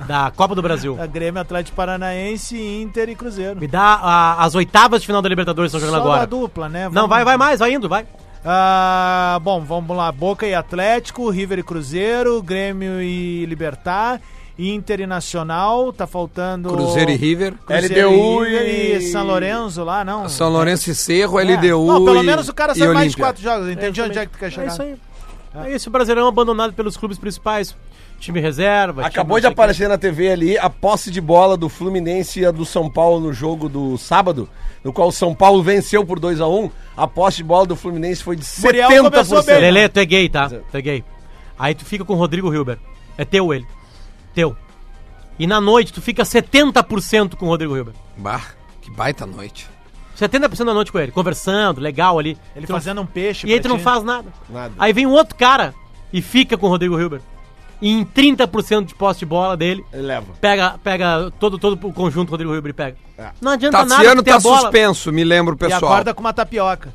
Speaker 3: da Copa do Brasil.
Speaker 2: A É Grêmio, Atlético Paranaense, Inter e Cruzeiro.
Speaker 3: Me dá ah, as oitavas de final da Libertadores que estão jogando
Speaker 2: Só da
Speaker 3: agora.
Speaker 2: dupla, né?
Speaker 3: Não, vai, vai mais, vai indo, vai.
Speaker 2: Ah, bom, vamos lá. Boca e Atlético, River e Cruzeiro, Grêmio e Libertar, Inter e Nacional, tá faltando...
Speaker 1: Cruzeiro e River.
Speaker 2: Cruzeiro
Speaker 4: LDU
Speaker 2: e River
Speaker 4: e-
Speaker 2: e São Lourenço lá, não?
Speaker 1: São Lourenço e Cerro,
Speaker 2: É.
Speaker 1: LDU.
Speaker 2: Não, pelo
Speaker 1: e-
Speaker 2: menos o cara
Speaker 1: e
Speaker 2: sabe mais de
Speaker 1: Olímpia.
Speaker 2: quatro jogos. Entendi onde é que tu quer
Speaker 3: É
Speaker 2: chegar.
Speaker 3: isso aí. É isso, o Brasileirão abandonado pelos clubes principais. Time reserva.
Speaker 4: Acabou de aparecer na TV ali a posse de bola do Fluminense e a do São Paulo no jogo do sábado, no qual o São Paulo venceu por 2 a 1 A posse de bola do Fluminense foi de
Speaker 2: Muriel começou bem.
Speaker 4: 70%.
Speaker 3: Lele, tu é gay, tá? Tu é gay. Aí tu fica com o Rodrigo Hilber. É teu ele. Teu. E na noite tu fica 70% com o Rodrigo Hilber.
Speaker 1: Bah, que baita noite.
Speaker 3: 70% da noite com ele, conversando, legal ali.
Speaker 2: Ele
Speaker 3: Tu não-
Speaker 2: fazendo um peixe
Speaker 3: Então E aí
Speaker 2: pra
Speaker 3: tu não
Speaker 2: ti.
Speaker 3: faz nada.
Speaker 4: Nada.
Speaker 3: Aí vem um outro cara e fica com o Rodrigo Hilber. E em 30% de posse de bola dele,
Speaker 4: Ele leva.
Speaker 3: pega, pega todo, todo o conjunto Rodrigo Hilber e pega.
Speaker 4: É.
Speaker 3: Não adianta nada
Speaker 1: Tassiano
Speaker 3: tu ter a
Speaker 1: tá
Speaker 3: bola.
Speaker 1: suspenso, me lembro,
Speaker 2: E
Speaker 1: pessoal.
Speaker 2: acorda com uma tapioca.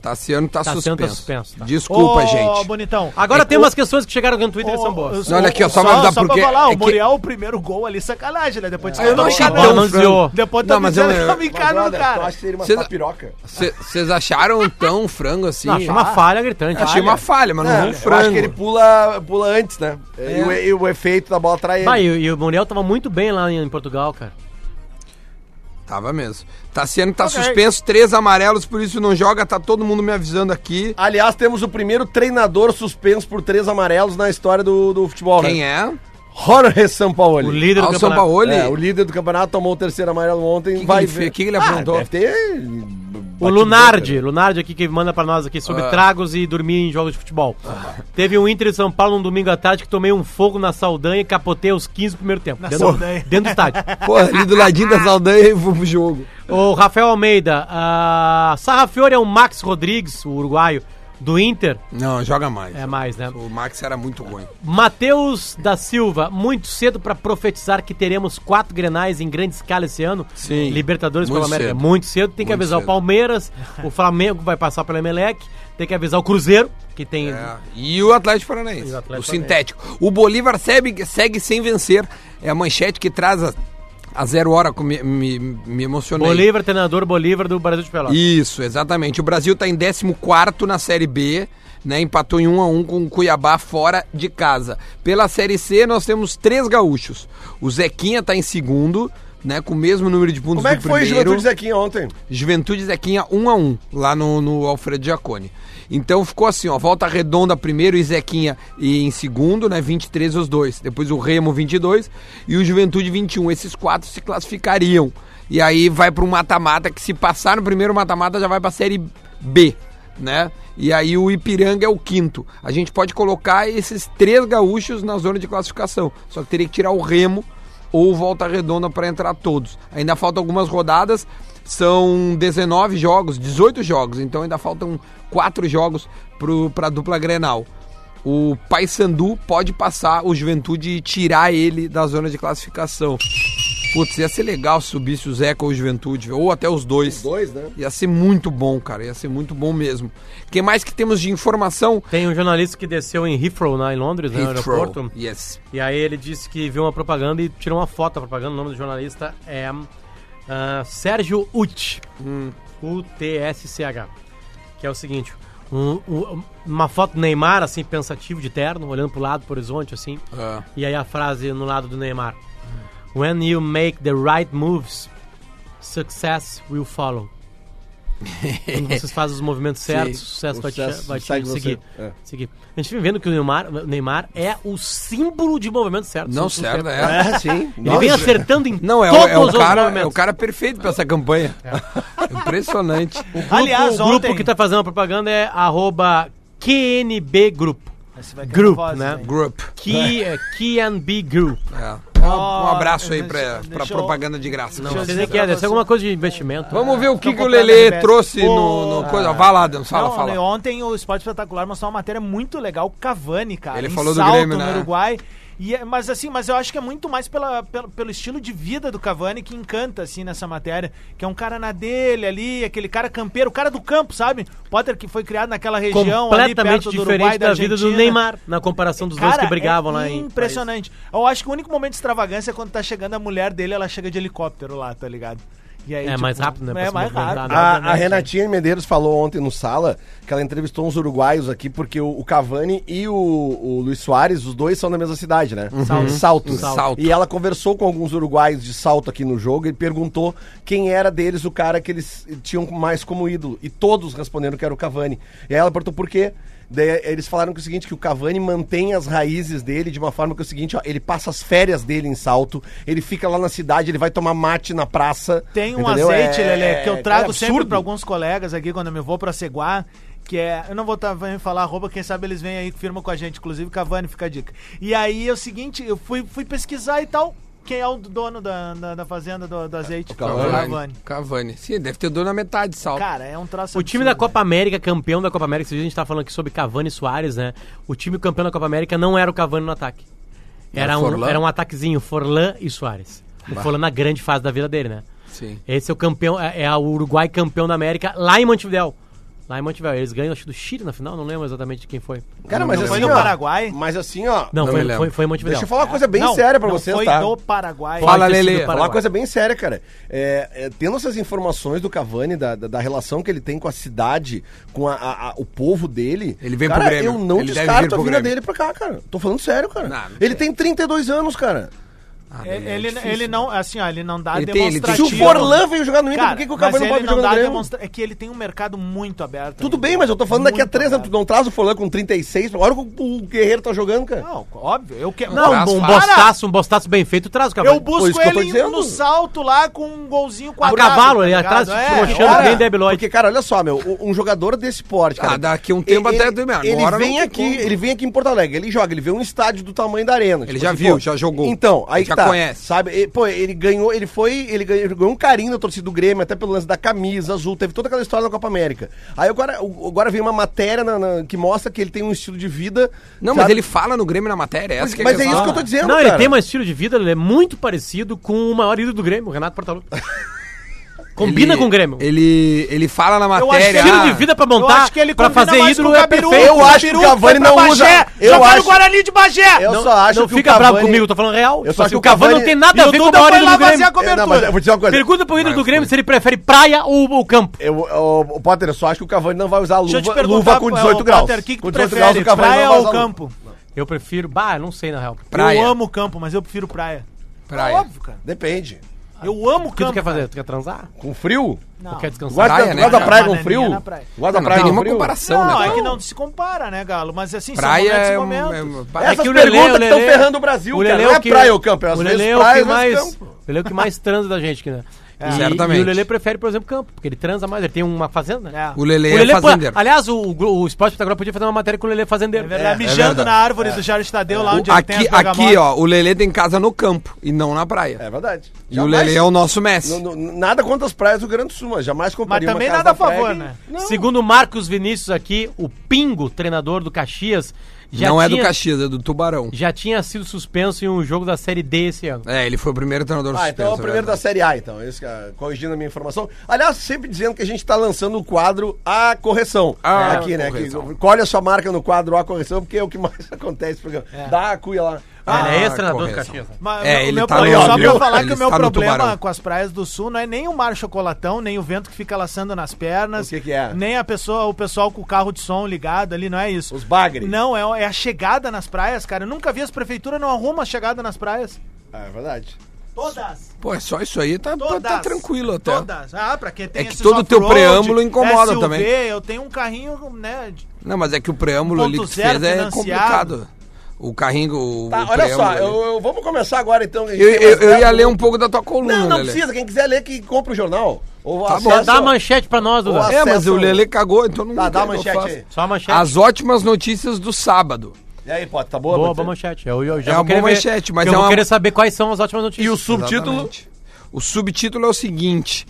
Speaker 1: Tassiano tá
Speaker 3: Tassiano
Speaker 1: suspenso.
Speaker 3: tá suspenso, tá.
Speaker 1: Desculpa,
Speaker 2: Ô,
Speaker 1: gente. É,
Speaker 2: bonitão.
Speaker 3: Agora tem umas questões que chegaram aqui no Twitter e são boas.
Speaker 1: Olha aqui, ó, só pra avisar porque
Speaker 2: Pra falar,
Speaker 1: é
Speaker 2: o
Speaker 1: que-
Speaker 2: Muriel, o primeiro gol ali, sacanagem, né? Depois
Speaker 1: Ah, eu não
Speaker 2: tão
Speaker 1: achei
Speaker 2: brincando-
Speaker 1: tão
Speaker 3: não desviou.
Speaker 2: Depois
Speaker 1: Não,
Speaker 2: tá me
Speaker 1: mas eu-
Speaker 2: dizendo que eu
Speaker 1: eu-
Speaker 2: me encaro no cara.
Speaker 4: seria uma
Speaker 1: Cês-
Speaker 4: piroca?
Speaker 1: Vocês acharam tão frango assim?
Speaker 3: Não, achei uma falha gritante.
Speaker 1: Achei uma falha, mas não um
Speaker 4: É, eu acho que ele
Speaker 1: frango.
Speaker 4: pula, pula antes, né?
Speaker 3: É.
Speaker 4: E, o, e o efeito da bola trai ele.
Speaker 3: Bah, e, e o Muriel tava muito bem lá em, em Portugal, cara.
Speaker 1: Tava mesmo. Tassiano tá
Speaker 2: Ok.
Speaker 1: suspenso, três amarelos, por isso não joga, tá todo mundo me avisando aqui.
Speaker 4: Aliás, temos o primeiro treinador suspenso por três amarelos na história do, do futebol.
Speaker 1: Quem
Speaker 4: né?
Speaker 1: é?
Speaker 4: Jorge Sampaoli.
Speaker 3: O líder
Speaker 1: Ah,
Speaker 3: do
Speaker 1: o São
Speaker 3: campeonato.
Speaker 1: Paulo.
Speaker 4: É, o líder do campeonato tomou o terceiro amarelo ontem.
Speaker 1: Que que
Speaker 4: vai
Speaker 1: ele fez?
Speaker 4: ver.
Speaker 1: Que que ele
Speaker 4: Ah,
Speaker 1: aprontou?
Speaker 4: deve ter
Speaker 3: O
Speaker 4: batido
Speaker 3: Lunardi,
Speaker 4: boca,
Speaker 3: Lunardi aqui que manda pra nós aqui sobre tragos e dormir em jogos de futebol. Teve um Inter e São Paulo num domingo à tarde que tomei um fogo na Saldanha e capotei os 15 do primeiro tempo.
Speaker 2: Na
Speaker 3: Dentro,
Speaker 2: Saldanha.
Speaker 3: dentro do estádio.
Speaker 4: né?
Speaker 1: Pô, ali do ladinho da Saldanha e vamos pro jogo.
Speaker 3: O Rafael Almeida, a Sarrafiore é o Max Rodrigues, o uruguaio do Inter.
Speaker 1: Não, joga mais.
Speaker 3: É mais, né?
Speaker 1: O Max era muito ruim.
Speaker 3: Matheus da Silva, muito cedo pra profetizar que teremos quatro grenais em grande escala esse ano.
Speaker 1: Sim,
Speaker 3: Libertadores
Speaker 1: muito
Speaker 3: pela América.
Speaker 1: cedo.
Speaker 3: Muito cedo. Tem que
Speaker 1: Muito
Speaker 3: avisar
Speaker 1: cedo.
Speaker 3: o Palmeiras, o Flamengo vai passar pelo Emelec. Tem que avisar o Cruzeiro, que tem.
Speaker 1: É, E o Atlético Paranaense,
Speaker 3: E
Speaker 1: o,
Speaker 3: o Atlético
Speaker 1: sintético. O Bolívar segue, segue sem vencer. É a manchete que traz a, a zero hora. com- Me, me, me emocionei.
Speaker 3: Bolívar, treinador Bolívar do Brasil de Pelotas.
Speaker 1: Isso, exatamente. O Brasil está em 14 na Série B, né? Empatou em 1 a 1 com o Cuiabá fora de casa. Pela Série C, nós temos três gaúchos. O Zequinha está tá em segundo, né, com o mesmo número de pontos
Speaker 4: Como é que
Speaker 1: do
Speaker 4: foi o
Speaker 1: primeiro.
Speaker 4: Juventude Zequinha ontem?
Speaker 1: Juventude Zequinha 1 a 1 lá no, no Alfredo Giacone. Então ficou assim, ó, volta redonda primeiro e Zequinha e em segundo, né, 23 os dois. Depois o Remo 22 e o Juventude 21. Esses quatro se classificariam. E aí vai para um mata-mata que se passar no primeiro mata-mata já vai para série B, né? E aí o Ipiranga é o quinto. A gente pode colocar esses três gaúchos na zona de classificação. Só que teria que tirar o Remo ou volta redonda para entrar todos. Ainda faltam algumas rodadas, são 19 jogos, 18 jogos, então ainda faltam 4 jogos para a dupla Grenal. O Paysandu pode passar o Juventude e tirar ele da zona de classificação. Putz, ia ser legal se subisse o Zeca ou o Juventude, ou até os dois.
Speaker 4: Dois, né?
Speaker 1: Ia ser muito bom, cara, ia ser muito bom mesmo. O que mais que temos de informação?
Speaker 3: Tem um jornalista que desceu em Heathrow, lá em Londres, né, no aeroporto.
Speaker 1: Yes.
Speaker 3: E aí ele disse que viu uma propaganda e tirou uma foto da propaganda. O nome do jornalista é ah, Sérgio Ut. U-T-S-C-H. Que é o seguinte: um- um- uma foto do Neymar, assim, pensativo, de terno, olhando pro lado, pro horizonte, assim.
Speaker 1: Ah.
Speaker 3: E aí a frase no lado do Neymar: When you make the right moves, success will follow. Quando vocês fazem os movimentos certos, o sucesso,
Speaker 4: o
Speaker 3: vai te-
Speaker 4: sucesso
Speaker 3: vai te,
Speaker 4: segue você.
Speaker 3: seguir.
Speaker 4: É.
Speaker 3: seguir. A gente vem vendo que o Neymar, o Neymar é o símbolo de movimento certo.
Speaker 1: Não,
Speaker 3: Sim, sim,
Speaker 1: certo,
Speaker 3: certo.
Speaker 1: é.
Speaker 4: É, sim.
Speaker 3: Ele vem acertando em
Speaker 1: Não, é, o,
Speaker 3: todos
Speaker 1: é, o
Speaker 3: os É.
Speaker 1: cara, é
Speaker 3: movimentos.
Speaker 1: o cara perfeito pra essa campanha. Impressionante.
Speaker 2: Aliás,
Speaker 3: o grupo
Speaker 2: ontem-
Speaker 3: que tá fazendo a propaganda é arroba QNB Grupo.
Speaker 2: Esse vai
Speaker 3: Group,
Speaker 2: cair na
Speaker 3: né?
Speaker 2: voz,
Speaker 1: Group.
Speaker 3: Q, é. QNB Group.
Speaker 1: É. Um- Um
Speaker 2: Ó,
Speaker 1: abraço aí pra,
Speaker 2: deixa-
Speaker 1: pra
Speaker 2: deixa eu-
Speaker 1: propaganda de graça.
Speaker 3: Não,
Speaker 2: Deixa eu
Speaker 3: não sei
Speaker 2: dizer
Speaker 3: nem o que
Speaker 2: pra
Speaker 3: é, deve
Speaker 2: você.
Speaker 3: ser alguma coisa de investimento.
Speaker 1: Vamos ver o que,
Speaker 2: Não
Speaker 1: que o
Speaker 2: comprando
Speaker 1: Lelê
Speaker 2: Beto.
Speaker 1: trouxe no,
Speaker 2: Ô,
Speaker 1: no coisa. Vai lá, Dan, fala,
Speaker 2: não,
Speaker 1: fala.
Speaker 2: Ontem o Esporte Espetacular mostrou uma matéria muito legal, o Cavani, cara.
Speaker 1: Ele
Speaker 2: em
Speaker 1: falou do
Speaker 2: Salto,
Speaker 1: Grêmio, né?
Speaker 2: no Uruguai. E é- mas assim, mas eu acho que é muito mais pela, pelo, pelo estilo de vida do Cavani que encanta, assim, nessa matéria. Que é um cara na dele ali, aquele cara campeiro, o cara do campo, sabe? Potter que foi criado naquela região ali
Speaker 3: Completamente
Speaker 2: perto do
Speaker 3: diferente
Speaker 2: Uruguai,
Speaker 3: da, vida do
Speaker 2: Argentina.
Speaker 3: Neymar, na comparação dos dois
Speaker 2: Cara,
Speaker 3: que brigavam
Speaker 2: é
Speaker 3: lá em.
Speaker 2: Impressionante. Eu acho que o único momento de extravagância é quando tá chegando a mulher dele, ela chega de helicóptero lá, tá ligado? E aí,
Speaker 3: É mais rápido, né, pra
Speaker 2: É
Speaker 3: se
Speaker 2: mais
Speaker 3: movimentar,
Speaker 2: rápido.
Speaker 3: né?
Speaker 4: A, a
Speaker 3: Exatamente.
Speaker 4: Renatinha Medeiros falou ontem no Sala que ela entrevistou uns uruguaios aqui, porque o, o Cavani e o, o Luiz Soares, os dois são da mesma cidade, né? Salto. Salto.
Speaker 1: Salto.
Speaker 4: E ela conversou com alguns uruguaios de salto aqui no jogo e perguntou quem era deles o cara que eles tinham mais como ídolo. E todos responderam que era o Cavani. E aí ela perguntou por quê. Daí eh, eles falaram que é o seguinte, que o Cavani mantém as raízes dele de uma forma que é o seguinte, ó, ele passa as férias dele em salto, ele fica lá na cidade, ele vai tomar mate na praça.
Speaker 2: Tem um
Speaker 4: entendeu?
Speaker 2: azeite,
Speaker 4: É-
Speaker 2: Lelê, que eu
Speaker 4: é
Speaker 2: trago
Speaker 4: absurdo.
Speaker 2: sempre pra alguns colegas aqui quando eu me vou pra Ceguá, que é. Eu não vou tá, vem falar arroba, quem sabe eles vêm aí, firma com a gente, inclusive Cavani, fica a dica. E aí é o seguinte, eu fui, fui pesquisar e tal. Quem é o dono da, da, da fazenda do, do azeite?
Speaker 4: Cavani.
Speaker 1: Cavani. Tá Cavani. Sim, deve ter dor na metade de salto.
Speaker 2: Cara, é um troço.
Speaker 3: O time da
Speaker 2: absurdo,
Speaker 3: Copa América, campeão da Copa América, esses dias a gente tá falando aqui sobre Cavani e Soares, né? O time campeão da Copa América não era o Cavani no ataque. Era,
Speaker 1: Era
Speaker 3: um,
Speaker 1: Forlan?
Speaker 3: era um ataquezinho, Forlan e Soares. O Forlan na grande fase da vida dele, né?
Speaker 1: Sim.
Speaker 3: Esse é o campeão, é, é o Uruguai campeão da América lá em Montevideo. Lá em Montevideo. Eles ganham, acho, do Chile na final, não lembro exatamente de quem foi.
Speaker 4: Cara, mas
Speaker 2: Não
Speaker 4: assim,
Speaker 2: foi no
Speaker 4: ó,
Speaker 2: Paraguai? É.
Speaker 4: Mas assim, ó.
Speaker 1: Não
Speaker 3: Não,
Speaker 1: me
Speaker 3: foi,
Speaker 1: lembro.
Speaker 3: foi, foi em Montevideo.
Speaker 4: Deixa eu falar uma coisa é bem
Speaker 2: Não,
Speaker 4: séria pra
Speaker 2: não,
Speaker 4: vocês,
Speaker 2: foi
Speaker 4: tá?
Speaker 2: do Paraguai.
Speaker 3: Pode
Speaker 1: Fala,
Speaker 3: ter sido
Speaker 1: Lelê.
Speaker 3: o
Speaker 1: Falar
Speaker 4: Falar uma
Speaker 3: Paraguai.
Speaker 4: coisa bem séria, cara. É, é, tendo essas informações do Cavani, da, da, da relação que ele tem com a cidade, com a- a- a- o povo dele.
Speaker 1: Ele vem pro
Speaker 4: cara,
Speaker 1: Grêmio.
Speaker 4: Eu não
Speaker 1: Ele deve vir
Speaker 4: descarto
Speaker 1: pro
Speaker 4: a vida
Speaker 1: Grêmio.
Speaker 4: dele pra cá, cara. Tô falando sério, cara.
Speaker 1: Não, não
Speaker 4: ele tem 32 anos, cara.
Speaker 1: Ah,
Speaker 2: É,
Speaker 1: mas é
Speaker 2: ele,
Speaker 1: difícil.
Speaker 2: ele não, assim, ó, ele não dá
Speaker 1: Ele tem- ele tem-
Speaker 4: Se o Forlan veio jogar no Inter, por que, que o Cavani não
Speaker 2: mas
Speaker 4: pode
Speaker 2: ele
Speaker 4: jogar
Speaker 2: não
Speaker 4: no
Speaker 2: dá
Speaker 4: Grêmio?
Speaker 2: demonstra... É que ele tem um mercado muito aberto.
Speaker 4: Tudo
Speaker 2: ainda.
Speaker 4: bem, mas eu tô falando daqui a
Speaker 2: Muito
Speaker 4: três anos.
Speaker 2: aberto.
Speaker 4: Tu não traz o Forlan com 36? Olha o que o Guerreiro tá jogando, cara.
Speaker 2: Não, óbvio. Eu quero.
Speaker 3: Não,
Speaker 1: Traz,
Speaker 3: um, um
Speaker 1: fala.
Speaker 3: bostaço, tá um bostaço bem feito, traz o Cavani.
Speaker 2: Eu busco
Speaker 4: isso que eu tô
Speaker 2: ele
Speaker 4: dizendo.
Speaker 2: no salto lá com um golzinho
Speaker 3: a
Speaker 2: quadrado.
Speaker 3: cavalo ali
Speaker 2: tá
Speaker 3: atrás,
Speaker 2: ligado?
Speaker 3: destrochando
Speaker 4: Cara,
Speaker 3: bem Debeloid.
Speaker 4: Porque, cara, olha só, meu, o- um jogador desse porte, cara.
Speaker 1: Ah, daqui a um tempo
Speaker 4: ele,
Speaker 1: até do- agora não
Speaker 4: Ele vem
Speaker 1: tem
Speaker 4: aqui,
Speaker 1: como.
Speaker 4: ele vem aqui em Porto Alegre, ele joga, ele vê um estádio do tamanho da arena. tipo assim,
Speaker 1: Ele já viu, já jogou.
Speaker 4: Então, aí
Speaker 1: Ele já
Speaker 4: que tá,
Speaker 1: conhece.
Speaker 4: Sabe? E, pô, ele ganhou, ele foi, ele ganhou, ele ganhou um carinho da torcida do Grêmio, até pelo lance da camisa azul, teve toda aquela história da Copa América. Aí agora, o- agora vem uma matéria na- na- que mostra que ele tem um estilo de vida.
Speaker 1: Não, mas
Speaker 4: sabe?
Speaker 1: ele fala no Grêmio na matéria. Essa que
Speaker 4: Mas
Speaker 1: a
Speaker 4: é isso
Speaker 1: questão.
Speaker 4: que eu tô dizendo,
Speaker 3: Não,
Speaker 4: cara.
Speaker 3: ele tem um estilo de vida, ele é muito parecido com o maior ídolo do Grêmio, o Renato Portaluppi. Combina
Speaker 1: Ele-
Speaker 3: com o Grêmio.
Speaker 1: Ele, ele fala na
Speaker 2: acho
Speaker 1: matéria.
Speaker 3: Estilo
Speaker 1: ah,
Speaker 3: é de vida pra
Speaker 2: Eu
Speaker 3: montar,
Speaker 2: acho que ele
Speaker 3: pra
Speaker 2: combina
Speaker 3: fazer
Speaker 2: mais
Speaker 3: ídolo
Speaker 2: com o
Speaker 3: é
Speaker 2: Gabiru.
Speaker 3: perfeito.
Speaker 4: Eu acho que o
Speaker 2: Gabiru
Speaker 4: Cavani
Speaker 2: foi pra
Speaker 4: não usa.
Speaker 2: Bagé,
Speaker 4: Eu
Speaker 2: jogar no
Speaker 4: acho.
Speaker 2: Guarani de Bagé.
Speaker 4: Eu só acho
Speaker 3: não
Speaker 4: que o
Speaker 3: fica bravo
Speaker 4: Cavani-
Speaker 3: comigo, tô falando real.
Speaker 4: Eu
Speaker 3: Tipo
Speaker 4: só acho
Speaker 3: assim,
Speaker 4: que
Speaker 3: o Cavani não tem nada a ver com o
Speaker 2: Duda
Speaker 3: maior
Speaker 2: foi
Speaker 3: ídolo
Speaker 2: lá
Speaker 3: do
Speaker 2: fazer a
Speaker 3: Grêmio.
Speaker 4: É,
Speaker 2: cobertura.
Speaker 4: não, mas eu vou te dizer uma coisa.
Speaker 3: Pergunta pro ídolo
Speaker 1: Mas
Speaker 3: do Grêmio
Speaker 1: foi.
Speaker 3: se ele prefere praia ou, ou campo.
Speaker 4: Eu, o, Potter, eu só acho que o Cavani não vai usar luva,
Speaker 2: Deixa eu te perguntar, é,
Speaker 4: luva com
Speaker 2: ô,
Speaker 4: 18 graus.
Speaker 2: Potter, o que, que
Speaker 4: com
Speaker 2: tu prefere, praia
Speaker 4: vai
Speaker 2: ou
Speaker 4: usar luva.
Speaker 2: campo?
Speaker 3: Eu prefiro... Bah, não sei, na real.
Speaker 1: Praia.
Speaker 2: Eu amo campo, mas eu prefiro praia.
Speaker 1: Praia.
Speaker 2: Óbvio, cara.
Speaker 4: Depende.
Speaker 2: Eu amo
Speaker 3: O que tu
Speaker 2: campo.
Speaker 3: quer fazer? Tu quer transar?
Speaker 4: Com frio?
Speaker 2: Não.
Speaker 3: Ou quer
Speaker 4: Tu
Speaker 3: descansar?
Speaker 4: Guarda,
Speaker 1: Praia,
Speaker 4: tu
Speaker 1: né,
Speaker 4: guarda
Speaker 1: cara?
Speaker 4: a praia com
Speaker 2: Bananinha
Speaker 4: frio?
Speaker 2: na praia.
Speaker 4: Guarda a
Speaker 1: Não, não tem
Speaker 4: praia com
Speaker 1: nenhuma
Speaker 4: frio?
Speaker 1: comparação,
Speaker 2: Não,
Speaker 1: né?
Speaker 2: é que não se compara, né, Galo? Mas assim,
Speaker 1: Praia é,
Speaker 2: são
Speaker 1: um,
Speaker 2: momentos e
Speaker 1: é,
Speaker 2: momentos.
Speaker 1: um-
Speaker 4: Essas
Speaker 3: que o Lelê-
Speaker 4: perguntas
Speaker 3: o
Speaker 4: que estão
Speaker 3: Lelê-
Speaker 4: ferrando o Brasil,
Speaker 3: O
Speaker 4: cara.
Speaker 3: Lelê
Speaker 4: Não
Speaker 3: é
Speaker 4: é
Speaker 3: o que,
Speaker 4: praia ou campo, é às
Speaker 3: o
Speaker 4: vezes
Speaker 3: Lelê é o
Speaker 4: praia,
Speaker 3: que
Speaker 4: às vezes
Speaker 3: mais,
Speaker 4: campo. É,
Speaker 3: o Lelê é o que mais transa da gente, que né? E-
Speaker 1: Certamente.
Speaker 3: E o Lelê prefere, por exemplo, campo, porque ele transa mais, ele tem uma fazenda, né?
Speaker 2: É.
Speaker 1: O Lelê,
Speaker 3: O Lelê
Speaker 1: é fazendeiro.
Speaker 3: pô- aliás, o, o, o Esporte Espetacular podia fazer uma matéria com o Lelê
Speaker 2: É
Speaker 3: fazendeiro.
Speaker 2: verdade,
Speaker 1: É, é
Speaker 2: mijando
Speaker 1: verdade.
Speaker 2: na árvore do Jair Tadeu, lá onde
Speaker 1: O- aqui,
Speaker 2: ele tem as
Speaker 1: aqui, ó, o Lelê tem casa no campo e não na praia.
Speaker 4: É verdade.
Speaker 1: E o
Speaker 4: Jamais-
Speaker 1: Lelê é o nosso Messi.
Speaker 4: N- n- Nada contra as praias do Grande do Sul, mas jamais
Speaker 2: Mas
Speaker 4: compraria
Speaker 2: também
Speaker 4: uma casa
Speaker 2: nada a
Speaker 4: da praia
Speaker 2: favor,
Speaker 4: que-
Speaker 2: né?
Speaker 3: Segundo Marcos Vinícius aqui, o Pingo, treinador do Caxias, já
Speaker 1: não é do
Speaker 3: tinha-
Speaker 1: Caxias, é do Tubarão.
Speaker 3: Já tinha sido suspenso em um jogo da Série D esse ano.
Speaker 1: É, ele foi o primeiro treinador
Speaker 4: Ah, então é o primeiro da
Speaker 1: verdade.
Speaker 4: Série A, então. Esse, que é- corrigindo a minha informação. Aliás, sempre dizendo que a gente tá lançando o quadro A Correção.
Speaker 1: Ah,
Speaker 4: aqui, né?
Speaker 1: correção.
Speaker 4: Que colhe a sua marca no quadro A Correção, porque é o que mais acontece. Porque
Speaker 1: É.
Speaker 4: Dá a cuia lá.
Speaker 3: ele é ex-treinador do
Speaker 1: correção.
Speaker 3: Caxias. né?
Speaker 2: Mas
Speaker 1: É,
Speaker 2: o
Speaker 1: ele
Speaker 2: meu
Speaker 1: tá
Speaker 2: problema-
Speaker 1: no-
Speaker 2: só pra eu
Speaker 1: ele
Speaker 2: falar que o meu
Speaker 1: está no
Speaker 2: problema
Speaker 1: Tubarão.
Speaker 2: com as praias do sul não é nem o mar chocolatão, nem o vento que fica laçando nas pernas.
Speaker 4: O que que é?
Speaker 2: Nem a pessoa, o pessoal com o carro de som ligado ali, não é isso.
Speaker 4: Os bagres.
Speaker 2: Não, é, é a chegada nas praias, cara. Eu nunca vi as prefeituras não arrumam a chegada nas praias.
Speaker 4: Ah, é verdade.
Speaker 2: Todas.
Speaker 1: Pô, é só isso aí, tá, tá-
Speaker 2: Todas.
Speaker 1: tá tranquilo até.
Speaker 2: Todas. Ah, pra quem tem
Speaker 1: É que
Speaker 2: esses
Speaker 1: todo o teu
Speaker 2: off-road,
Speaker 1: preâmbulo incomoda também.
Speaker 2: Eu tenho um carrinho, né? de-
Speaker 1: Não, mas é que o preâmbulo ali que tu
Speaker 2: 1.0
Speaker 1: fez é
Speaker 2: financiado.
Speaker 1: complicado. O carrinho, o,
Speaker 4: Tá,
Speaker 1: o
Speaker 4: olha
Speaker 1: preâmbulo
Speaker 4: só,
Speaker 1: ali.
Speaker 4: eu, eu- vamos começar agora então. que a gente
Speaker 1: Eu,
Speaker 4: tem
Speaker 1: eu-
Speaker 4: mais
Speaker 1: eu ia
Speaker 4: tempo.
Speaker 1: ler um pouco da tua coluna,
Speaker 4: Não, não
Speaker 1: Lelê.
Speaker 4: precisa. Quem quiser ler, que compra o jornal. Ou
Speaker 1: Tá bom.
Speaker 4: acessa-
Speaker 3: Dá a manchete pra nós, Duda.
Speaker 4: Boa.
Speaker 1: É, mas
Speaker 4: Acessa
Speaker 1: o
Speaker 4: o-
Speaker 1: Lelê cagou, então não
Speaker 4: Tá, dá a
Speaker 1: eu
Speaker 4: manchete
Speaker 1: faço.
Speaker 4: aí.
Speaker 3: Só a manchete.
Speaker 1: As ótimas notícias do sábado.
Speaker 4: E aí, Potter, tá boa?
Speaker 3: Boa,
Speaker 4: Potter?
Speaker 3: boa manchete. Eu, eu já
Speaker 1: É
Speaker 3: vou
Speaker 1: uma
Speaker 3: querer
Speaker 1: boa
Speaker 3: ver-
Speaker 1: manchete, mas
Speaker 3: eu
Speaker 1: é
Speaker 3: vou
Speaker 1: uma-
Speaker 3: querer saber quais são as ótimas notícias.
Speaker 4: E o subtítulo?
Speaker 1: Exatamente. O subtítulo é o seguinte: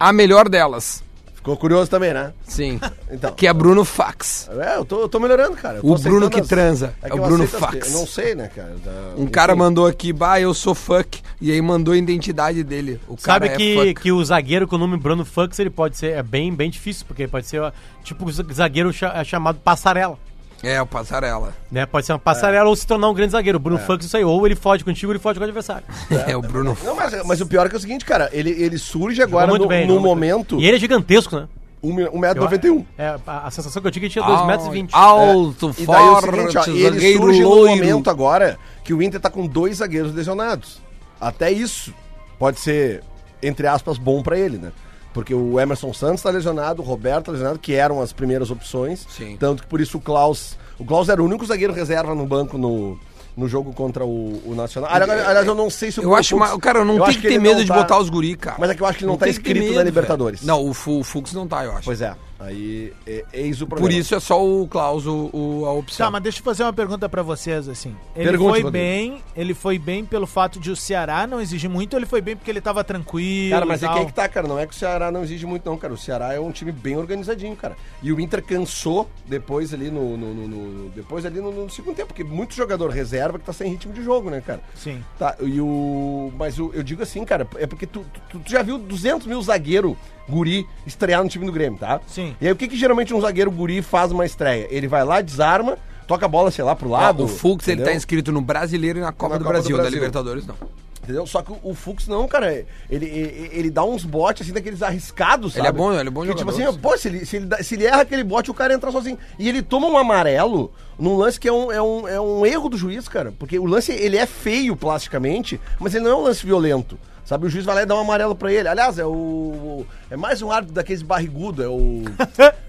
Speaker 1: A melhor delas.
Speaker 4: Ficou curioso também, né?
Speaker 1: Sim.
Speaker 4: Então.
Speaker 1: que é Bruno Fax.
Speaker 4: É, eu tô, eu tô melhorando, cara. Eu tô
Speaker 1: O Bruno
Speaker 4: aceitando
Speaker 1: que transa. É
Speaker 4: que
Speaker 1: o
Speaker 4: eu
Speaker 1: Bruno
Speaker 4: aceito as
Speaker 1: Fax.
Speaker 4: coisas. Eu não sei, né, cara? Da-
Speaker 1: Um cara
Speaker 4: enfim.
Speaker 1: mandou aqui, bah, eu sou fuck. E aí mandou a identidade dele. O cara
Speaker 3: Sabe
Speaker 1: é
Speaker 3: que,
Speaker 1: fuck.
Speaker 3: que o zagueiro com o nome Bruno Fux, ele pode ser, é bem, bem difícil, porque ele pode ser ó, tipo o zagueiro cha- é chamado passarela.
Speaker 1: É, o passarela.
Speaker 3: Né? Pode ser uma passarela
Speaker 1: É.
Speaker 3: ou se tornar um grande zagueiro. O Bruno Fux, isso aí, ou ele fode contigo, ou ele fode com o adversário.
Speaker 1: É, o Bruno
Speaker 4: Não,
Speaker 1: Fax.
Speaker 4: mas, mas o pior é que é o seguinte, cara. Ele, ele surge agora
Speaker 3: Jogou
Speaker 4: no,
Speaker 3: bem,
Speaker 4: no
Speaker 3: jogou Tá muito bem.
Speaker 4: momento
Speaker 3: E ele é gigantesco, né?
Speaker 4: um mi- 1,91m.
Speaker 3: É, a, a sensação que eu tinha é que ele tinha 2,20m.
Speaker 1: Alto,
Speaker 4: E daí é o
Speaker 1: forte,
Speaker 4: seguinte, ó, ele
Speaker 1: zagueiro
Speaker 4: surge no
Speaker 1: loiro.
Speaker 4: momento agora que o Inter tá com dois zagueiros lesionados. Até isso pode ser, entre aspas, bom pra ele, né? Porque o Emerson Santos tá lesionado, o Roberto tá lesionado, que eram as primeiras opções.
Speaker 1: Sim.
Speaker 4: Tanto que por isso o Klaus. O Klaus era o único zagueiro reserva no banco no, no jogo contra o, o Nacional. Aliás, aliás, eu não sei se
Speaker 1: É, Eu acho, ma... cara, eu não
Speaker 4: acho
Speaker 1: tem que ter
Speaker 4: ele
Speaker 1: medo
Speaker 4: não
Speaker 1: de
Speaker 4: tá-
Speaker 1: botar os guri, cara.
Speaker 4: Mas é que eu acho que ele não, tá
Speaker 1: tem que ter
Speaker 4: inscrito
Speaker 1: medo,
Speaker 4: na
Speaker 1: velho.
Speaker 4: Libertadores.
Speaker 1: Não, o, Fu- o Fux não tá, eu acho.
Speaker 4: Pois é. Aí, é, eis o problema.
Speaker 1: Por isso é só o Klaus o, o- a opção.
Speaker 2: Tá, mas deixa eu fazer uma pergunta pra vocês, assim. Ele
Speaker 4: Pergunte,
Speaker 2: foi
Speaker 4: Rodrigo.
Speaker 2: bem, ele foi bem pelo fato de o Ceará não exigir muito, ou ele foi bem porque ele tava tranquilo
Speaker 4: Cara, mas
Speaker 2: e
Speaker 4: é que
Speaker 2: tal?
Speaker 4: aí que tá, cara. Não é que o Ceará não exige muito, não, cara. O Ceará é um time bem organizadinho, cara. E o Inter cansou depois ali no. no- no- no- depois ali no, no segundo tempo, porque muito jogador reserva que tá sem ritmo de jogo, né, cara?
Speaker 2: Sim.
Speaker 4: Tá, e o. Mas o- eu digo assim, cara, é porque tu, tu- tu já viu 200 mil zagueiro guri estrear no time do Grêmio, tá?
Speaker 2: Sim.
Speaker 4: E aí o que, que geralmente um zagueiro guri faz uma estreia? Ele vai lá, desarma, toca a bola, sei lá, pro
Speaker 1: Ah,
Speaker 4: lado.
Speaker 1: o Fux, ele tá
Speaker 4: entendeu?
Speaker 1: inscrito no Brasileiro e na Copa,
Speaker 4: Na
Speaker 1: do,
Speaker 4: Copa do
Speaker 1: Brasil, da
Speaker 4: Brasil.
Speaker 1: Libertadores não.
Speaker 4: Entendeu? Só que o- o Fux não, cara. Ele, ele, ele dá uns botes assim daqueles arriscados,
Speaker 1: Ele
Speaker 4: sabe?
Speaker 1: é bom, ele é bom
Speaker 4: que, Tipo
Speaker 1: jogador.
Speaker 4: assim, pô, se ele, se, ele dá- se ele erra aquele bote, o cara entra sozinho. E ele toma um amarelo num lance que é um, é, um, é um erro do juiz, cara. Porque o lance, ele é feio plasticamente, mas ele não é um lance violento. Sabe, o juiz vai lá e dá um amarelo pra ele. Aliás, é o. o- É mais um árbitro daqueles barrigudo, é o.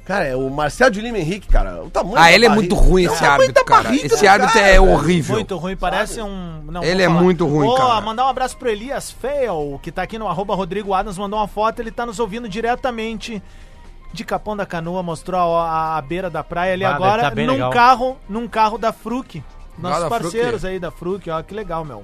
Speaker 4: cara, é o Marcelo de Lima Henrique, cara. O tamanho
Speaker 1: Ah,
Speaker 4: da
Speaker 1: ele é
Speaker 4: tá barriga-
Speaker 1: muito ruim
Speaker 4: o
Speaker 1: esse
Speaker 4: tamanho
Speaker 1: árbitro,
Speaker 4: da
Speaker 1: cara.
Speaker 4: barriga
Speaker 1: Esse
Speaker 4: do
Speaker 1: árbitro
Speaker 4: cara,
Speaker 1: é
Speaker 4: velho.
Speaker 1: horrível.
Speaker 2: Muito ruim, parece um. Não,
Speaker 1: Ele
Speaker 2: vou
Speaker 1: é muito ruim,
Speaker 2: Ô,
Speaker 1: cara.
Speaker 2: mandar um abraço pro Elias Fail, que tá aqui no arroba Rodrigo Adams, mandou uma foto, ele tá nos ouvindo diretamente de Capão da Canoa, mostrou a, a- a beira da praia ali
Speaker 3: Ah, deve
Speaker 2: agora,
Speaker 3: tá bem
Speaker 2: num
Speaker 3: legal.
Speaker 2: carro, num carro da Fruc. Nossos
Speaker 1: da Fruc.
Speaker 2: parceiros aí da Fruc, ó, que legal, meu.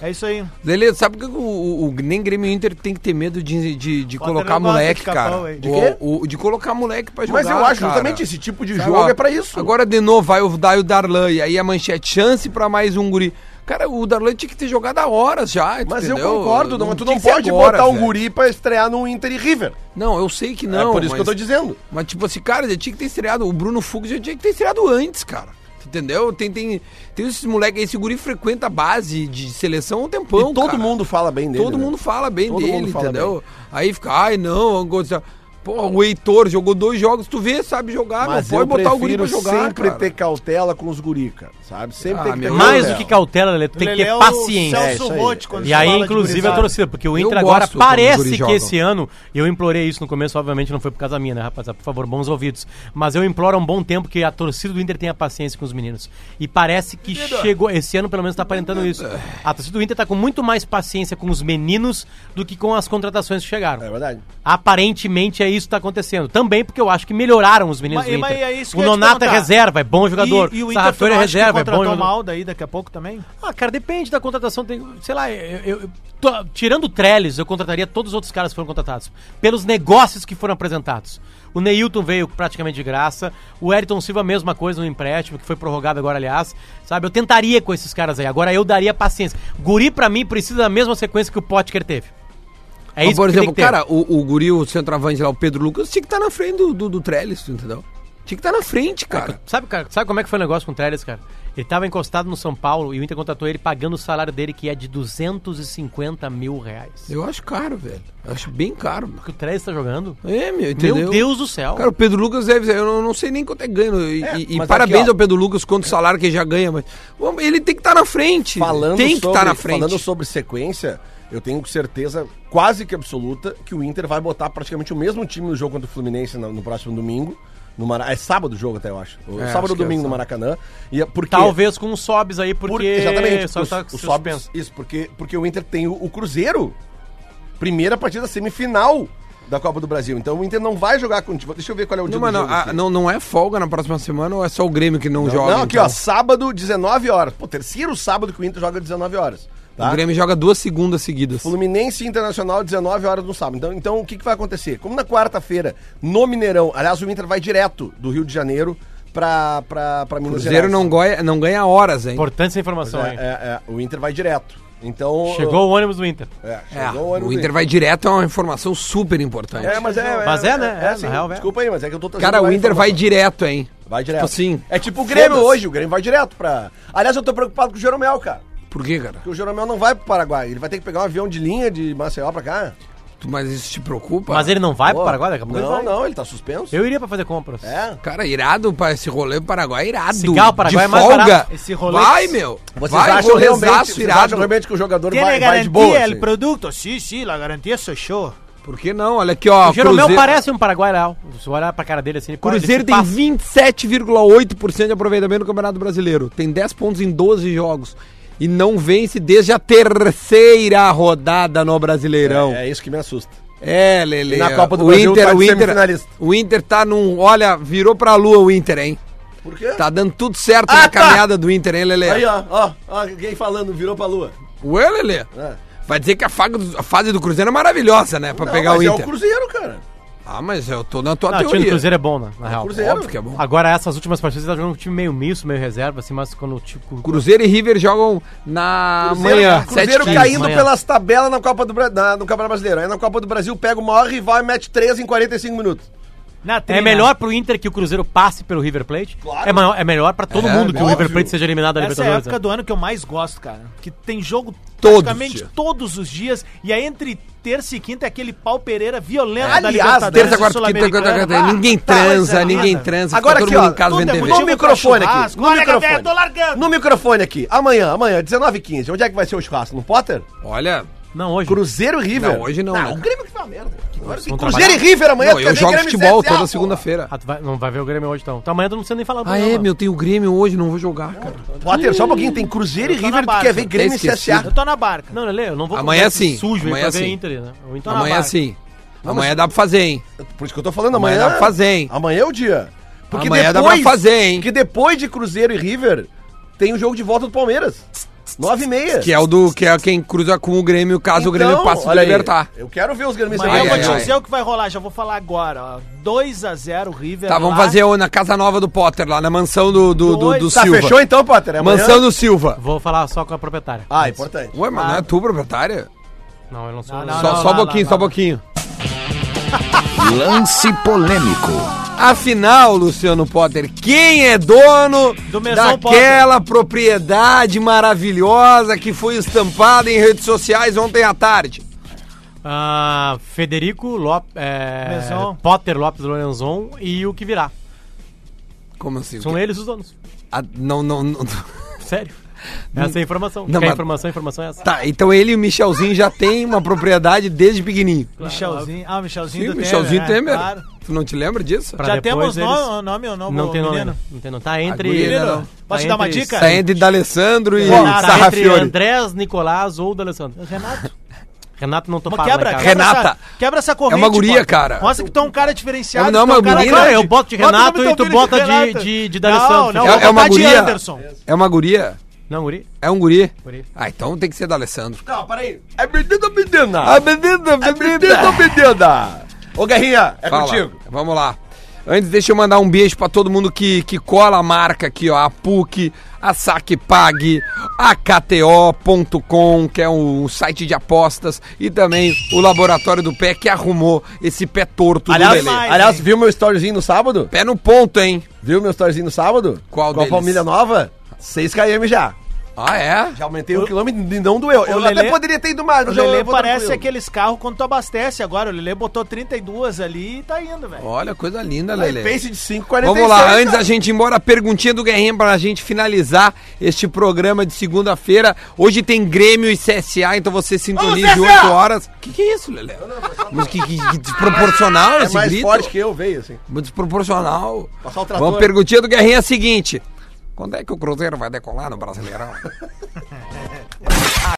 Speaker 2: É isso aí.
Speaker 1: Beleza, sabe por que o, o, o- nem Grêmio e Inter tem que ter medo de, de, de
Speaker 2: Potter
Speaker 1: colocar
Speaker 2: não gosta
Speaker 1: moleque,
Speaker 2: de capão,
Speaker 1: cara?
Speaker 2: hein? De
Speaker 1: O-
Speaker 4: quê?
Speaker 1: o- de colocar moleque pra jogar.
Speaker 4: Mas eu acho
Speaker 1: cara.
Speaker 4: justamente esse tipo de
Speaker 1: Sabe,
Speaker 4: jogo
Speaker 1: ó,
Speaker 4: é pra isso.
Speaker 1: Agora de novo vai o Daio Darlan e aí a manchete chance pra mais um guri. Cara, o Darlan tinha que ter jogado há horas já.
Speaker 4: Mas
Speaker 1: entendeu?
Speaker 4: eu concordo, não, mas tu
Speaker 1: tinha
Speaker 4: não
Speaker 1: que ser
Speaker 4: pode
Speaker 1: agora,
Speaker 4: botar um
Speaker 1: velho.
Speaker 4: guri pra estrear no Inter e River.
Speaker 1: Não, eu sei que não.
Speaker 4: é por isso que eu
Speaker 1: mas-
Speaker 4: tô dizendo.
Speaker 1: Mas, tipo assim, cara, já tinha que ter estreado. O Bruno Fux já tinha que ter estreado antes, cara. Entendeu? Tem, tem, tem esses moleques aí, esse guri frequenta a base de seleção há um tempão.
Speaker 4: e todo
Speaker 1: cara.
Speaker 4: mundo fala bem dele.
Speaker 1: Todo
Speaker 4: né?
Speaker 1: mundo fala bem
Speaker 4: Todo
Speaker 1: dele,
Speaker 4: mundo fala
Speaker 1: entendeu? Aí fica, ai não, Angosto. Pô, o Heitor jogou dois jogos, tu vê, sabe jogar,
Speaker 4: Mas
Speaker 1: não
Speaker 4: eu
Speaker 1: pode botar o guri
Speaker 4: prefiro
Speaker 1: pra jogar.
Speaker 4: sempre
Speaker 1: cara.
Speaker 4: ter cautela com os gurica, sabe? Sempre
Speaker 1: Ah,
Speaker 4: tem que ter
Speaker 1: meu,
Speaker 3: Mais
Speaker 1: Lelé.
Speaker 3: do que cautela, Lelê, tu tem que ter paciência.
Speaker 4: É, isso aí.
Speaker 3: E aí, inclusive, a torcida, porque o
Speaker 1: Eu
Speaker 3: Inter agora
Speaker 1: gosto quando os
Speaker 3: parece
Speaker 1: guris
Speaker 3: que
Speaker 1: jogam.
Speaker 3: esse ano, e eu implorei isso no começo, obviamente não foi por causa minha, né, rapaziada? Por favor, bons ouvidos. Mas eu imploro há um bom tempo que a torcida do Inter tenha paciência com os meninos. E parece que chegou, esse ano pelo menos tá aparentando isso. A torcida do Inter tá com muito mais paciência com os meninos do que com as contratações que chegaram.
Speaker 4: É verdade.
Speaker 3: Aparentemente é isso que tá acontecendo. Também porque eu acho que melhoraram os meninos
Speaker 2: Mas-
Speaker 3: do
Speaker 2: mas
Speaker 3: Inter.
Speaker 2: é isso que
Speaker 3: o
Speaker 2: eu ia te
Speaker 3: Nonato é
Speaker 2: perguntar.
Speaker 3: reserva, é bom jogador.
Speaker 2: E, e o Inter tu
Speaker 3: Sarrafiori
Speaker 2: não
Speaker 3: é
Speaker 2: acha que
Speaker 3: reserva, é bom
Speaker 2: contratou
Speaker 3: jogador.
Speaker 2: mal daí daqui a pouco também?
Speaker 3: Ah, cara, depende da contratação. Tem, sei lá, eu, eu- eu- tô- tirando o Trellis, eu contrataria todos os outros caras que foram contratados. Pelos negócios que foram apresentados. O Neilton veio praticamente de graça. O Ayrton Silva, mesma coisa, no empréstimo, que foi prorrogado agora, aliás. Sabe, eu tentaria com esses caras aí. Agora eu daria paciência. Guri, pra mim, precisa da mesma sequência que o Potker teve. É
Speaker 1: Mas, por
Speaker 3: que tem
Speaker 1: exemplo,
Speaker 3: que ter.
Speaker 1: cara, o, o guri, o centroavante lá, o Pedro Lucas, tinha que estar na frente do, do, do Trellis, tu entendeu? Tinha que estar na
Speaker 3: É
Speaker 1: frente, cara.
Speaker 3: Sabe, cara, sabe como é que foi o negócio com o Trellis, cara? Ele tava encostado no São Paulo e o Inter contratou ele pagando o salário dele, que é de 250 mil reais.
Speaker 1: Eu acho caro, velho. Eu acho bem caro, mano.
Speaker 3: que o Trellis tá jogando?
Speaker 1: É, meu, entendeu?
Speaker 3: Meu Deus do céu.
Speaker 1: Cara, o Pedro Lucas deve. Eu não, não sei nem quanto é ganho. E, e- e
Speaker 4: mas
Speaker 1: parabéns
Speaker 4: aqui, ó.
Speaker 1: ao Pedro Lucas quanto salário que ele já ganha, mas. Bom, Ele tem que estar na frente.
Speaker 4: Falando
Speaker 1: tem que
Speaker 4: sobre,
Speaker 1: estar na frente.
Speaker 4: Falando sobre sequência, eu tenho certeza quase que absoluta que o Inter vai botar praticamente o mesmo time no jogo contra o Fluminense no, no próximo domingo. No Mara... É sábado o jogo até, eu acho. O
Speaker 1: É,
Speaker 4: sábado
Speaker 1: acho
Speaker 4: ou
Speaker 1: que é
Speaker 4: domingo no
Speaker 1: sábado.
Speaker 4: Maracanã. E é porque...
Speaker 3: Talvez com os sobs aí, porque.
Speaker 4: Por- exatamente.
Speaker 3: Só
Speaker 4: os-
Speaker 3: tá
Speaker 4: os Sobs-
Speaker 3: suspenso.
Speaker 4: isso, porque, porque o Inter tem o, o Cruzeiro. Primeira partida semifinal da Copa do Brasil. Então o Inter não vai jogar com. Deixa eu ver qual é o dia
Speaker 1: Não, mas
Speaker 4: do
Speaker 1: não,
Speaker 4: jogo
Speaker 1: ah,
Speaker 4: aqui.
Speaker 1: não, não é folga na próxima semana ou é só o Grêmio que não, joga?
Speaker 4: não, aqui,
Speaker 1: então?
Speaker 4: ó, sábado, 19 horas. Pô, terceiro sábado que o Inter joga 19 horas. Tá?
Speaker 1: O Grêmio joga duas segundas seguidas.
Speaker 4: Fluminense e Internacional, 19 horas no sábado. Então, então o que, que vai acontecer? Como na quarta-feira, no Mineirão, aliás, o Inter vai direto do Rio de Janeiro pra, pra, pra Minas
Speaker 1: Cruzeiro não ganha, não ganha horas, hein?
Speaker 3: Importante essa informação
Speaker 4: É,
Speaker 3: aí.
Speaker 4: é, é, o Inter vai direto. Então.
Speaker 3: Chegou o ônibus do Inter.
Speaker 4: É,
Speaker 1: É,
Speaker 4: chegou ano
Speaker 1: o Inter
Speaker 4: do-
Speaker 1: vai direto é uma informação super importante.
Speaker 4: É, mas é.
Speaker 3: Mas é, né? É, na
Speaker 4: sim.
Speaker 3: real, é.
Speaker 4: Desculpa aí, mas é que eu tô trazendo.
Speaker 1: Cara, o
Speaker 4: várias
Speaker 1: Inter vai
Speaker 4: informações.
Speaker 1: direto, hein?
Speaker 4: Vai direto.
Speaker 1: Tipo assim,
Speaker 4: é tipo o Grêmio
Speaker 1: foda-se.
Speaker 4: hoje, o Grêmio vai direto pra. Aliás, eu tô preocupado com o Jeromel, cara.
Speaker 1: Por quê, cara?
Speaker 4: Porque o Jeromel não vai pro Paraguai. Ele vai ter que pegar um avião de linha de Maceió pra cá.
Speaker 1: Tu- Mas isso te preocupa?
Speaker 3: Mas ele não vai pro
Speaker 4: Pô,
Speaker 3: Paraguai daqui a pouco? ele
Speaker 4: Não,
Speaker 3: vai.
Speaker 4: não, ele tá suspenso.
Speaker 3: Eu iria pra fazer compras.
Speaker 4: É.
Speaker 1: Cara, irado pra esse rolê pro Paraguai, irado.
Speaker 3: Cigarro, Paraguai
Speaker 1: De
Speaker 3: é mais
Speaker 1: folga.
Speaker 3: barato.
Speaker 2: Esse rolê-
Speaker 1: Vai, meu.
Speaker 4: Vocês
Speaker 1: vai,
Speaker 4: acham realmente,
Speaker 1: rolezaço
Speaker 4: vocês acham
Speaker 1: irado.
Speaker 4: realmente que é um o jogador
Speaker 2: Tem
Speaker 4: vai, vai
Speaker 2: garantia
Speaker 4: de boa?
Speaker 2: el
Speaker 4: assim?
Speaker 2: produto? Sim, sim, a garantia sou show.
Speaker 1: Por que não? Olha aqui, ó.
Speaker 3: O Jeromel parece um Paraguai real. Se eu olhar pra cara dele assim, ele pode-
Speaker 1: Cruzeiro
Speaker 3: ele
Speaker 1: tem
Speaker 3: se passa.
Speaker 1: 27,8% de aproveitamento no Campeonato Brasileiro. Tem 10 pontos em 12 jogos. E não vence desde a terceira rodada no Brasileirão.
Speaker 4: É, é isso que me assusta.
Speaker 1: É, Lele.
Speaker 4: E na Copa do
Speaker 1: o
Speaker 4: Brasil
Speaker 1: Inter,
Speaker 4: tá de
Speaker 1: o Inter,
Speaker 4: semifinalista.
Speaker 1: o Inter tá num, olha, virou pra lua o Inter, hein?
Speaker 4: Por quê?
Speaker 1: Tá dando tudo certo
Speaker 4: Ah,
Speaker 1: na
Speaker 4: tá.
Speaker 1: caminhada do Inter, hein, Lele?
Speaker 4: Aí, ó, ó, ó, quem falando, virou pra lua.
Speaker 1: Ué, Lele.
Speaker 4: É.
Speaker 1: Vai dizer que a, faga do- a fase do Cruzeiro é maravilhosa, né? Pra
Speaker 4: Não,
Speaker 1: pegar o
Speaker 4: mas É
Speaker 1: Inter.
Speaker 4: o Cruzeiro, cara.
Speaker 1: Ah, mas eu tô na tua
Speaker 3: Não, o time do
Speaker 1: teoria.
Speaker 3: Cruzeiro é bom, né? Na real.
Speaker 4: Cruzeiro.
Speaker 1: Óbvio que é bom.
Speaker 3: Agora, essas últimas partidas, ele tá jogando com um time meio misto, meio reserva, assim, mas quando o tipo.
Speaker 1: Cruzeiro e River jogam na
Speaker 4: Cruzeiro, é,
Speaker 1: manhã.
Speaker 4: Cruzeiro
Speaker 1: 7h15.
Speaker 4: caindo
Speaker 3: Manhã.
Speaker 4: pelas tabelas na Copa do Bra- na- no Campeonato Brasileiro. Aí na Copa do Brasil pega o maior rival e mete 3 em 45 minutos.
Speaker 2: Na
Speaker 3: É
Speaker 2: trina.
Speaker 3: melhor pro Inter que o Cruzeiro passe pelo River Plate.
Speaker 4: Claro.
Speaker 3: É, maior- é melhor pra todo
Speaker 1: É,
Speaker 3: mundo que o River
Speaker 4: óbvio.
Speaker 3: Plate seja eliminado da
Speaker 2: Essa é a
Speaker 3: Libertadores. né?
Speaker 2: época do ano que eu mais gosto, cara. Que tem jogo
Speaker 1: Todos os
Speaker 2: praticamente
Speaker 1: dias.
Speaker 2: todos os dias. E aí entre terça e quinta é aquele pau Pereira violento É da
Speaker 4: Aliás,
Speaker 2: Libertadores
Speaker 1: Terça, quarta, quinta, quarta,
Speaker 2: Sul-Americana.
Speaker 1: quarta. Ninguém
Speaker 2: Ah, tá, isso
Speaker 1: transa,
Speaker 2: é
Speaker 1: ninguém
Speaker 2: nada.
Speaker 1: transa.
Speaker 4: Agora
Speaker 1: fica
Speaker 4: aqui,
Speaker 1: todo mundo
Speaker 4: ó,
Speaker 1: em casa
Speaker 2: Tudo
Speaker 1: vendo
Speaker 2: é
Speaker 1: TV.
Speaker 2: motivo
Speaker 4: No
Speaker 2: pra
Speaker 4: microfone aqui,
Speaker 2: churrasco.
Speaker 4: no
Speaker 2: Olha,
Speaker 4: microfone.
Speaker 2: Gabriel, tô largando.
Speaker 4: No microfone aqui. Amanhã, amanhã, 19h15. Onde é que vai ser o churrasco? No Potter?
Speaker 1: Olha,
Speaker 3: Não, hoje.
Speaker 4: Cruzeiro e River.
Speaker 1: Não, hoje não, né,
Speaker 4: o
Speaker 1: cara?
Speaker 4: Grêmio que foi uma merda. Que hora que-
Speaker 3: vão
Speaker 4: Cruzeiro e
Speaker 3: trabalhar.
Speaker 4: River amanhã.
Speaker 1: não,
Speaker 4: tu quer
Speaker 1: eu
Speaker 4: ver
Speaker 1: jogo
Speaker 4: Grêmio e
Speaker 1: futebol
Speaker 4: CSA,
Speaker 1: toda
Speaker 4: pô.
Speaker 1: segunda-feira.
Speaker 3: Ah, tu vai- não vai ver o Grêmio hoje, então. Então amanhã tu não precisa nem falar do
Speaker 1: Ah, é,
Speaker 3: programa.
Speaker 1: meu, tem o Grêmio hoje, não vou jogar, cara.
Speaker 4: Potter, só um pouquinho. Tem Cruzeiro e
Speaker 2: Eu tô
Speaker 4: River.
Speaker 2: na
Speaker 4: Tu quer
Speaker 2: base.
Speaker 4: ver Grêmio e
Speaker 1: Até esqueci.
Speaker 4: CSA.
Speaker 2: Eu tô na barca.
Speaker 3: Não, Lele, eu não vou
Speaker 1: Amanhã
Speaker 3: comprar esse
Speaker 1: sim,
Speaker 3: sujo
Speaker 1: amanhã
Speaker 3: aí pra ver
Speaker 1: sim.
Speaker 3: Inter, né? Ou então
Speaker 1: Amanhã
Speaker 3: barca.
Speaker 1: sim. Amanhã dá pra fazer, hein?
Speaker 4: Por isso que eu tô falando
Speaker 1: Amanhã
Speaker 4: amanhã.
Speaker 1: dá pra fazer, hein?
Speaker 4: Amanhã é o dia.
Speaker 1: Amanhã dá pra fazer, hein?
Speaker 4: Porque depois de Cruzeiro e River, tem o jogo de volta do Palmeiras. 9 e meia.
Speaker 1: Que é o do. Que é quem cruza com o Grêmio, caso o Grêmio passe do
Speaker 4: Então, olha aí,
Speaker 1: Libertar. é
Speaker 4: Eu quero ver os gremistas.
Speaker 2: Amanhã
Speaker 1: Ai,
Speaker 2: eu vou
Speaker 1: ai,
Speaker 2: te
Speaker 1: ai.
Speaker 2: dizer o que vai rolar, já vou falar agora. ó. 2x0 River.
Speaker 1: Tá, vamos
Speaker 2: lá.
Speaker 1: fazer o- na casa nova do Potter, lá na mansão do, do, do, do
Speaker 2: Dois.
Speaker 4: Tá,
Speaker 1: Silva.
Speaker 4: fechou então, Potter? Amanhã-
Speaker 1: Mansão do Silva.
Speaker 3: Vou falar só com a proprietária.
Speaker 4: Ah, importante.
Speaker 1: Ué, mas não é tu, proprietária?
Speaker 3: Não, eu não sou.
Speaker 2: Não, não,
Speaker 1: Só, só um
Speaker 2: lá,
Speaker 1: pouquinho,
Speaker 2: lá,
Speaker 1: só um
Speaker 2: lá.
Speaker 1: pouquinho.
Speaker 8: Lance polêmico.
Speaker 1: Afinal, Luciano Potter, quem é dono
Speaker 2: Do Mesão
Speaker 1: daquela propriedade maravilhosa que foi estampada em redes sociais ontem à tarde?
Speaker 3: Ah, Federico Lop, é,
Speaker 2: Mezon.
Speaker 3: Potter Lopes Lorenzon e o que virá.
Speaker 1: Como assim?
Speaker 2: um
Speaker 3: São eles os donos.
Speaker 1: Ah, não, não, não.
Speaker 3: Sério. Essa é a informação.
Speaker 1: Não,
Speaker 3: Quer
Speaker 1: mas-
Speaker 3: informação, informação é essa.
Speaker 1: Tá, então ele e o Michelzinho já tem uma propriedade desde pequenininho.
Speaker 2: Michelzinho. Ah, o Michelzinho
Speaker 1: Sim,
Speaker 2: do
Speaker 1: Michelzinho
Speaker 2: Temer,
Speaker 1: Temer.
Speaker 2: né? Claro.
Speaker 1: Tu não te lembra disso?
Speaker 3: Pra
Speaker 2: Já
Speaker 3: depois
Speaker 2: temos
Speaker 3: eles-
Speaker 2: nome, nome ou não?
Speaker 3: Não tem nome.
Speaker 2: menino?
Speaker 3: ainda. Não tem nome. Tá
Speaker 1: A
Speaker 3: entre.
Speaker 1: guria,
Speaker 2: Menino,
Speaker 1: Não.
Speaker 2: posso
Speaker 3: Tá
Speaker 2: te dar uma
Speaker 3: entre-
Speaker 2: dica?
Speaker 1: Tá entre D'Alessandro e
Speaker 3: Não, tá entre
Speaker 1: Sarrafiori.
Speaker 3: Andrés, Nicolás ou D'Alessandro.
Speaker 2: Renato.
Speaker 3: Renato não topa.
Speaker 2: Mas quebra, quebra,
Speaker 1: Renata. É
Speaker 2: Essa, quebra essa corrente.
Speaker 1: uma guria,
Speaker 2: Potter.
Speaker 1: cara.
Speaker 2: Mostra que tu é um cara diferenciado.
Speaker 1: Não,
Speaker 2: que tu é
Speaker 1: mas
Speaker 2: um cara
Speaker 1: menina,
Speaker 2: grande.
Speaker 3: eu boto de
Speaker 2: Bota o nome
Speaker 3: Renato
Speaker 2: do
Speaker 3: e
Speaker 2: teu
Speaker 3: tu
Speaker 2: filho
Speaker 3: bota de-
Speaker 2: Renato.
Speaker 3: de- de
Speaker 2: Não,
Speaker 3: D'Alessandro.
Speaker 2: não,
Speaker 1: É-
Speaker 2: vou
Speaker 1: é uma
Speaker 2: botar de
Speaker 1: guria.
Speaker 2: Anderson.
Speaker 1: É uma guria?
Speaker 3: Não, Guri.
Speaker 1: É um guri?
Speaker 3: Guri.
Speaker 1: Ah, então tem que ser D'Alessandro.
Speaker 4: Não, peraí. É menina ou menina?
Speaker 1: A bebida, a É bebida.
Speaker 4: menina? Ô, Guerrinha, é
Speaker 1: Fala,
Speaker 4: contigo.
Speaker 1: Vamos lá. Antes, deixa eu mandar um beijo pra todo mundo que, que cola a marca aqui, ó. A PUC, a SacPag, a KTO.com, que é um site de apostas, e também o Laboratório do Pé, que arrumou esse pé torto do
Speaker 4: Aliás,
Speaker 1: Lelê.
Speaker 2: demais,
Speaker 4: aliás
Speaker 2: hein?
Speaker 4: viu meu storyzinho no sábado?
Speaker 1: Pé no ponto, hein?
Speaker 4: Viu meu storyzinho no sábado?
Speaker 1: Qual
Speaker 4: Com a
Speaker 1: deles?
Speaker 4: família nova? 6 km já.
Speaker 1: Ah, é?
Speaker 4: Já aumentei um quilômetro e não doeu. Eu
Speaker 2: o
Speaker 4: até
Speaker 2: Lelê-
Speaker 4: poderia ter ido mais,
Speaker 2: O
Speaker 4: mas eu-
Speaker 2: Lelê
Speaker 4: eu vou
Speaker 2: parece
Speaker 4: tranquilo.
Speaker 2: aqueles carros quando tu abastece agora. O Lelê botou 32 ali e tá indo, velho.
Speaker 1: Olha, coisa linda,
Speaker 4: Aí,
Speaker 1: Lelê.
Speaker 4: Pace de 5,46.
Speaker 1: Vamos lá, antes da
Speaker 4: cara.
Speaker 1: gente ir embora, a perguntinha do Guerrinha pra gente finalizar este programa de segunda-feira. Hoje tem Grêmio e CSA, então você sintonize 8 horas. Que que é isso, Lelé? Mas que, que- que desproporcional
Speaker 4: É
Speaker 1: esse
Speaker 4: mais
Speaker 1: grito.
Speaker 4: forte que eu, veio assim.
Speaker 1: Muito Desproporcional.
Speaker 4: Passar o trator.
Speaker 1: Vamos, perguntinha do Guerrinha é a seguinte. Quando é que o Cruzeiro vai decolar no Brasileirão?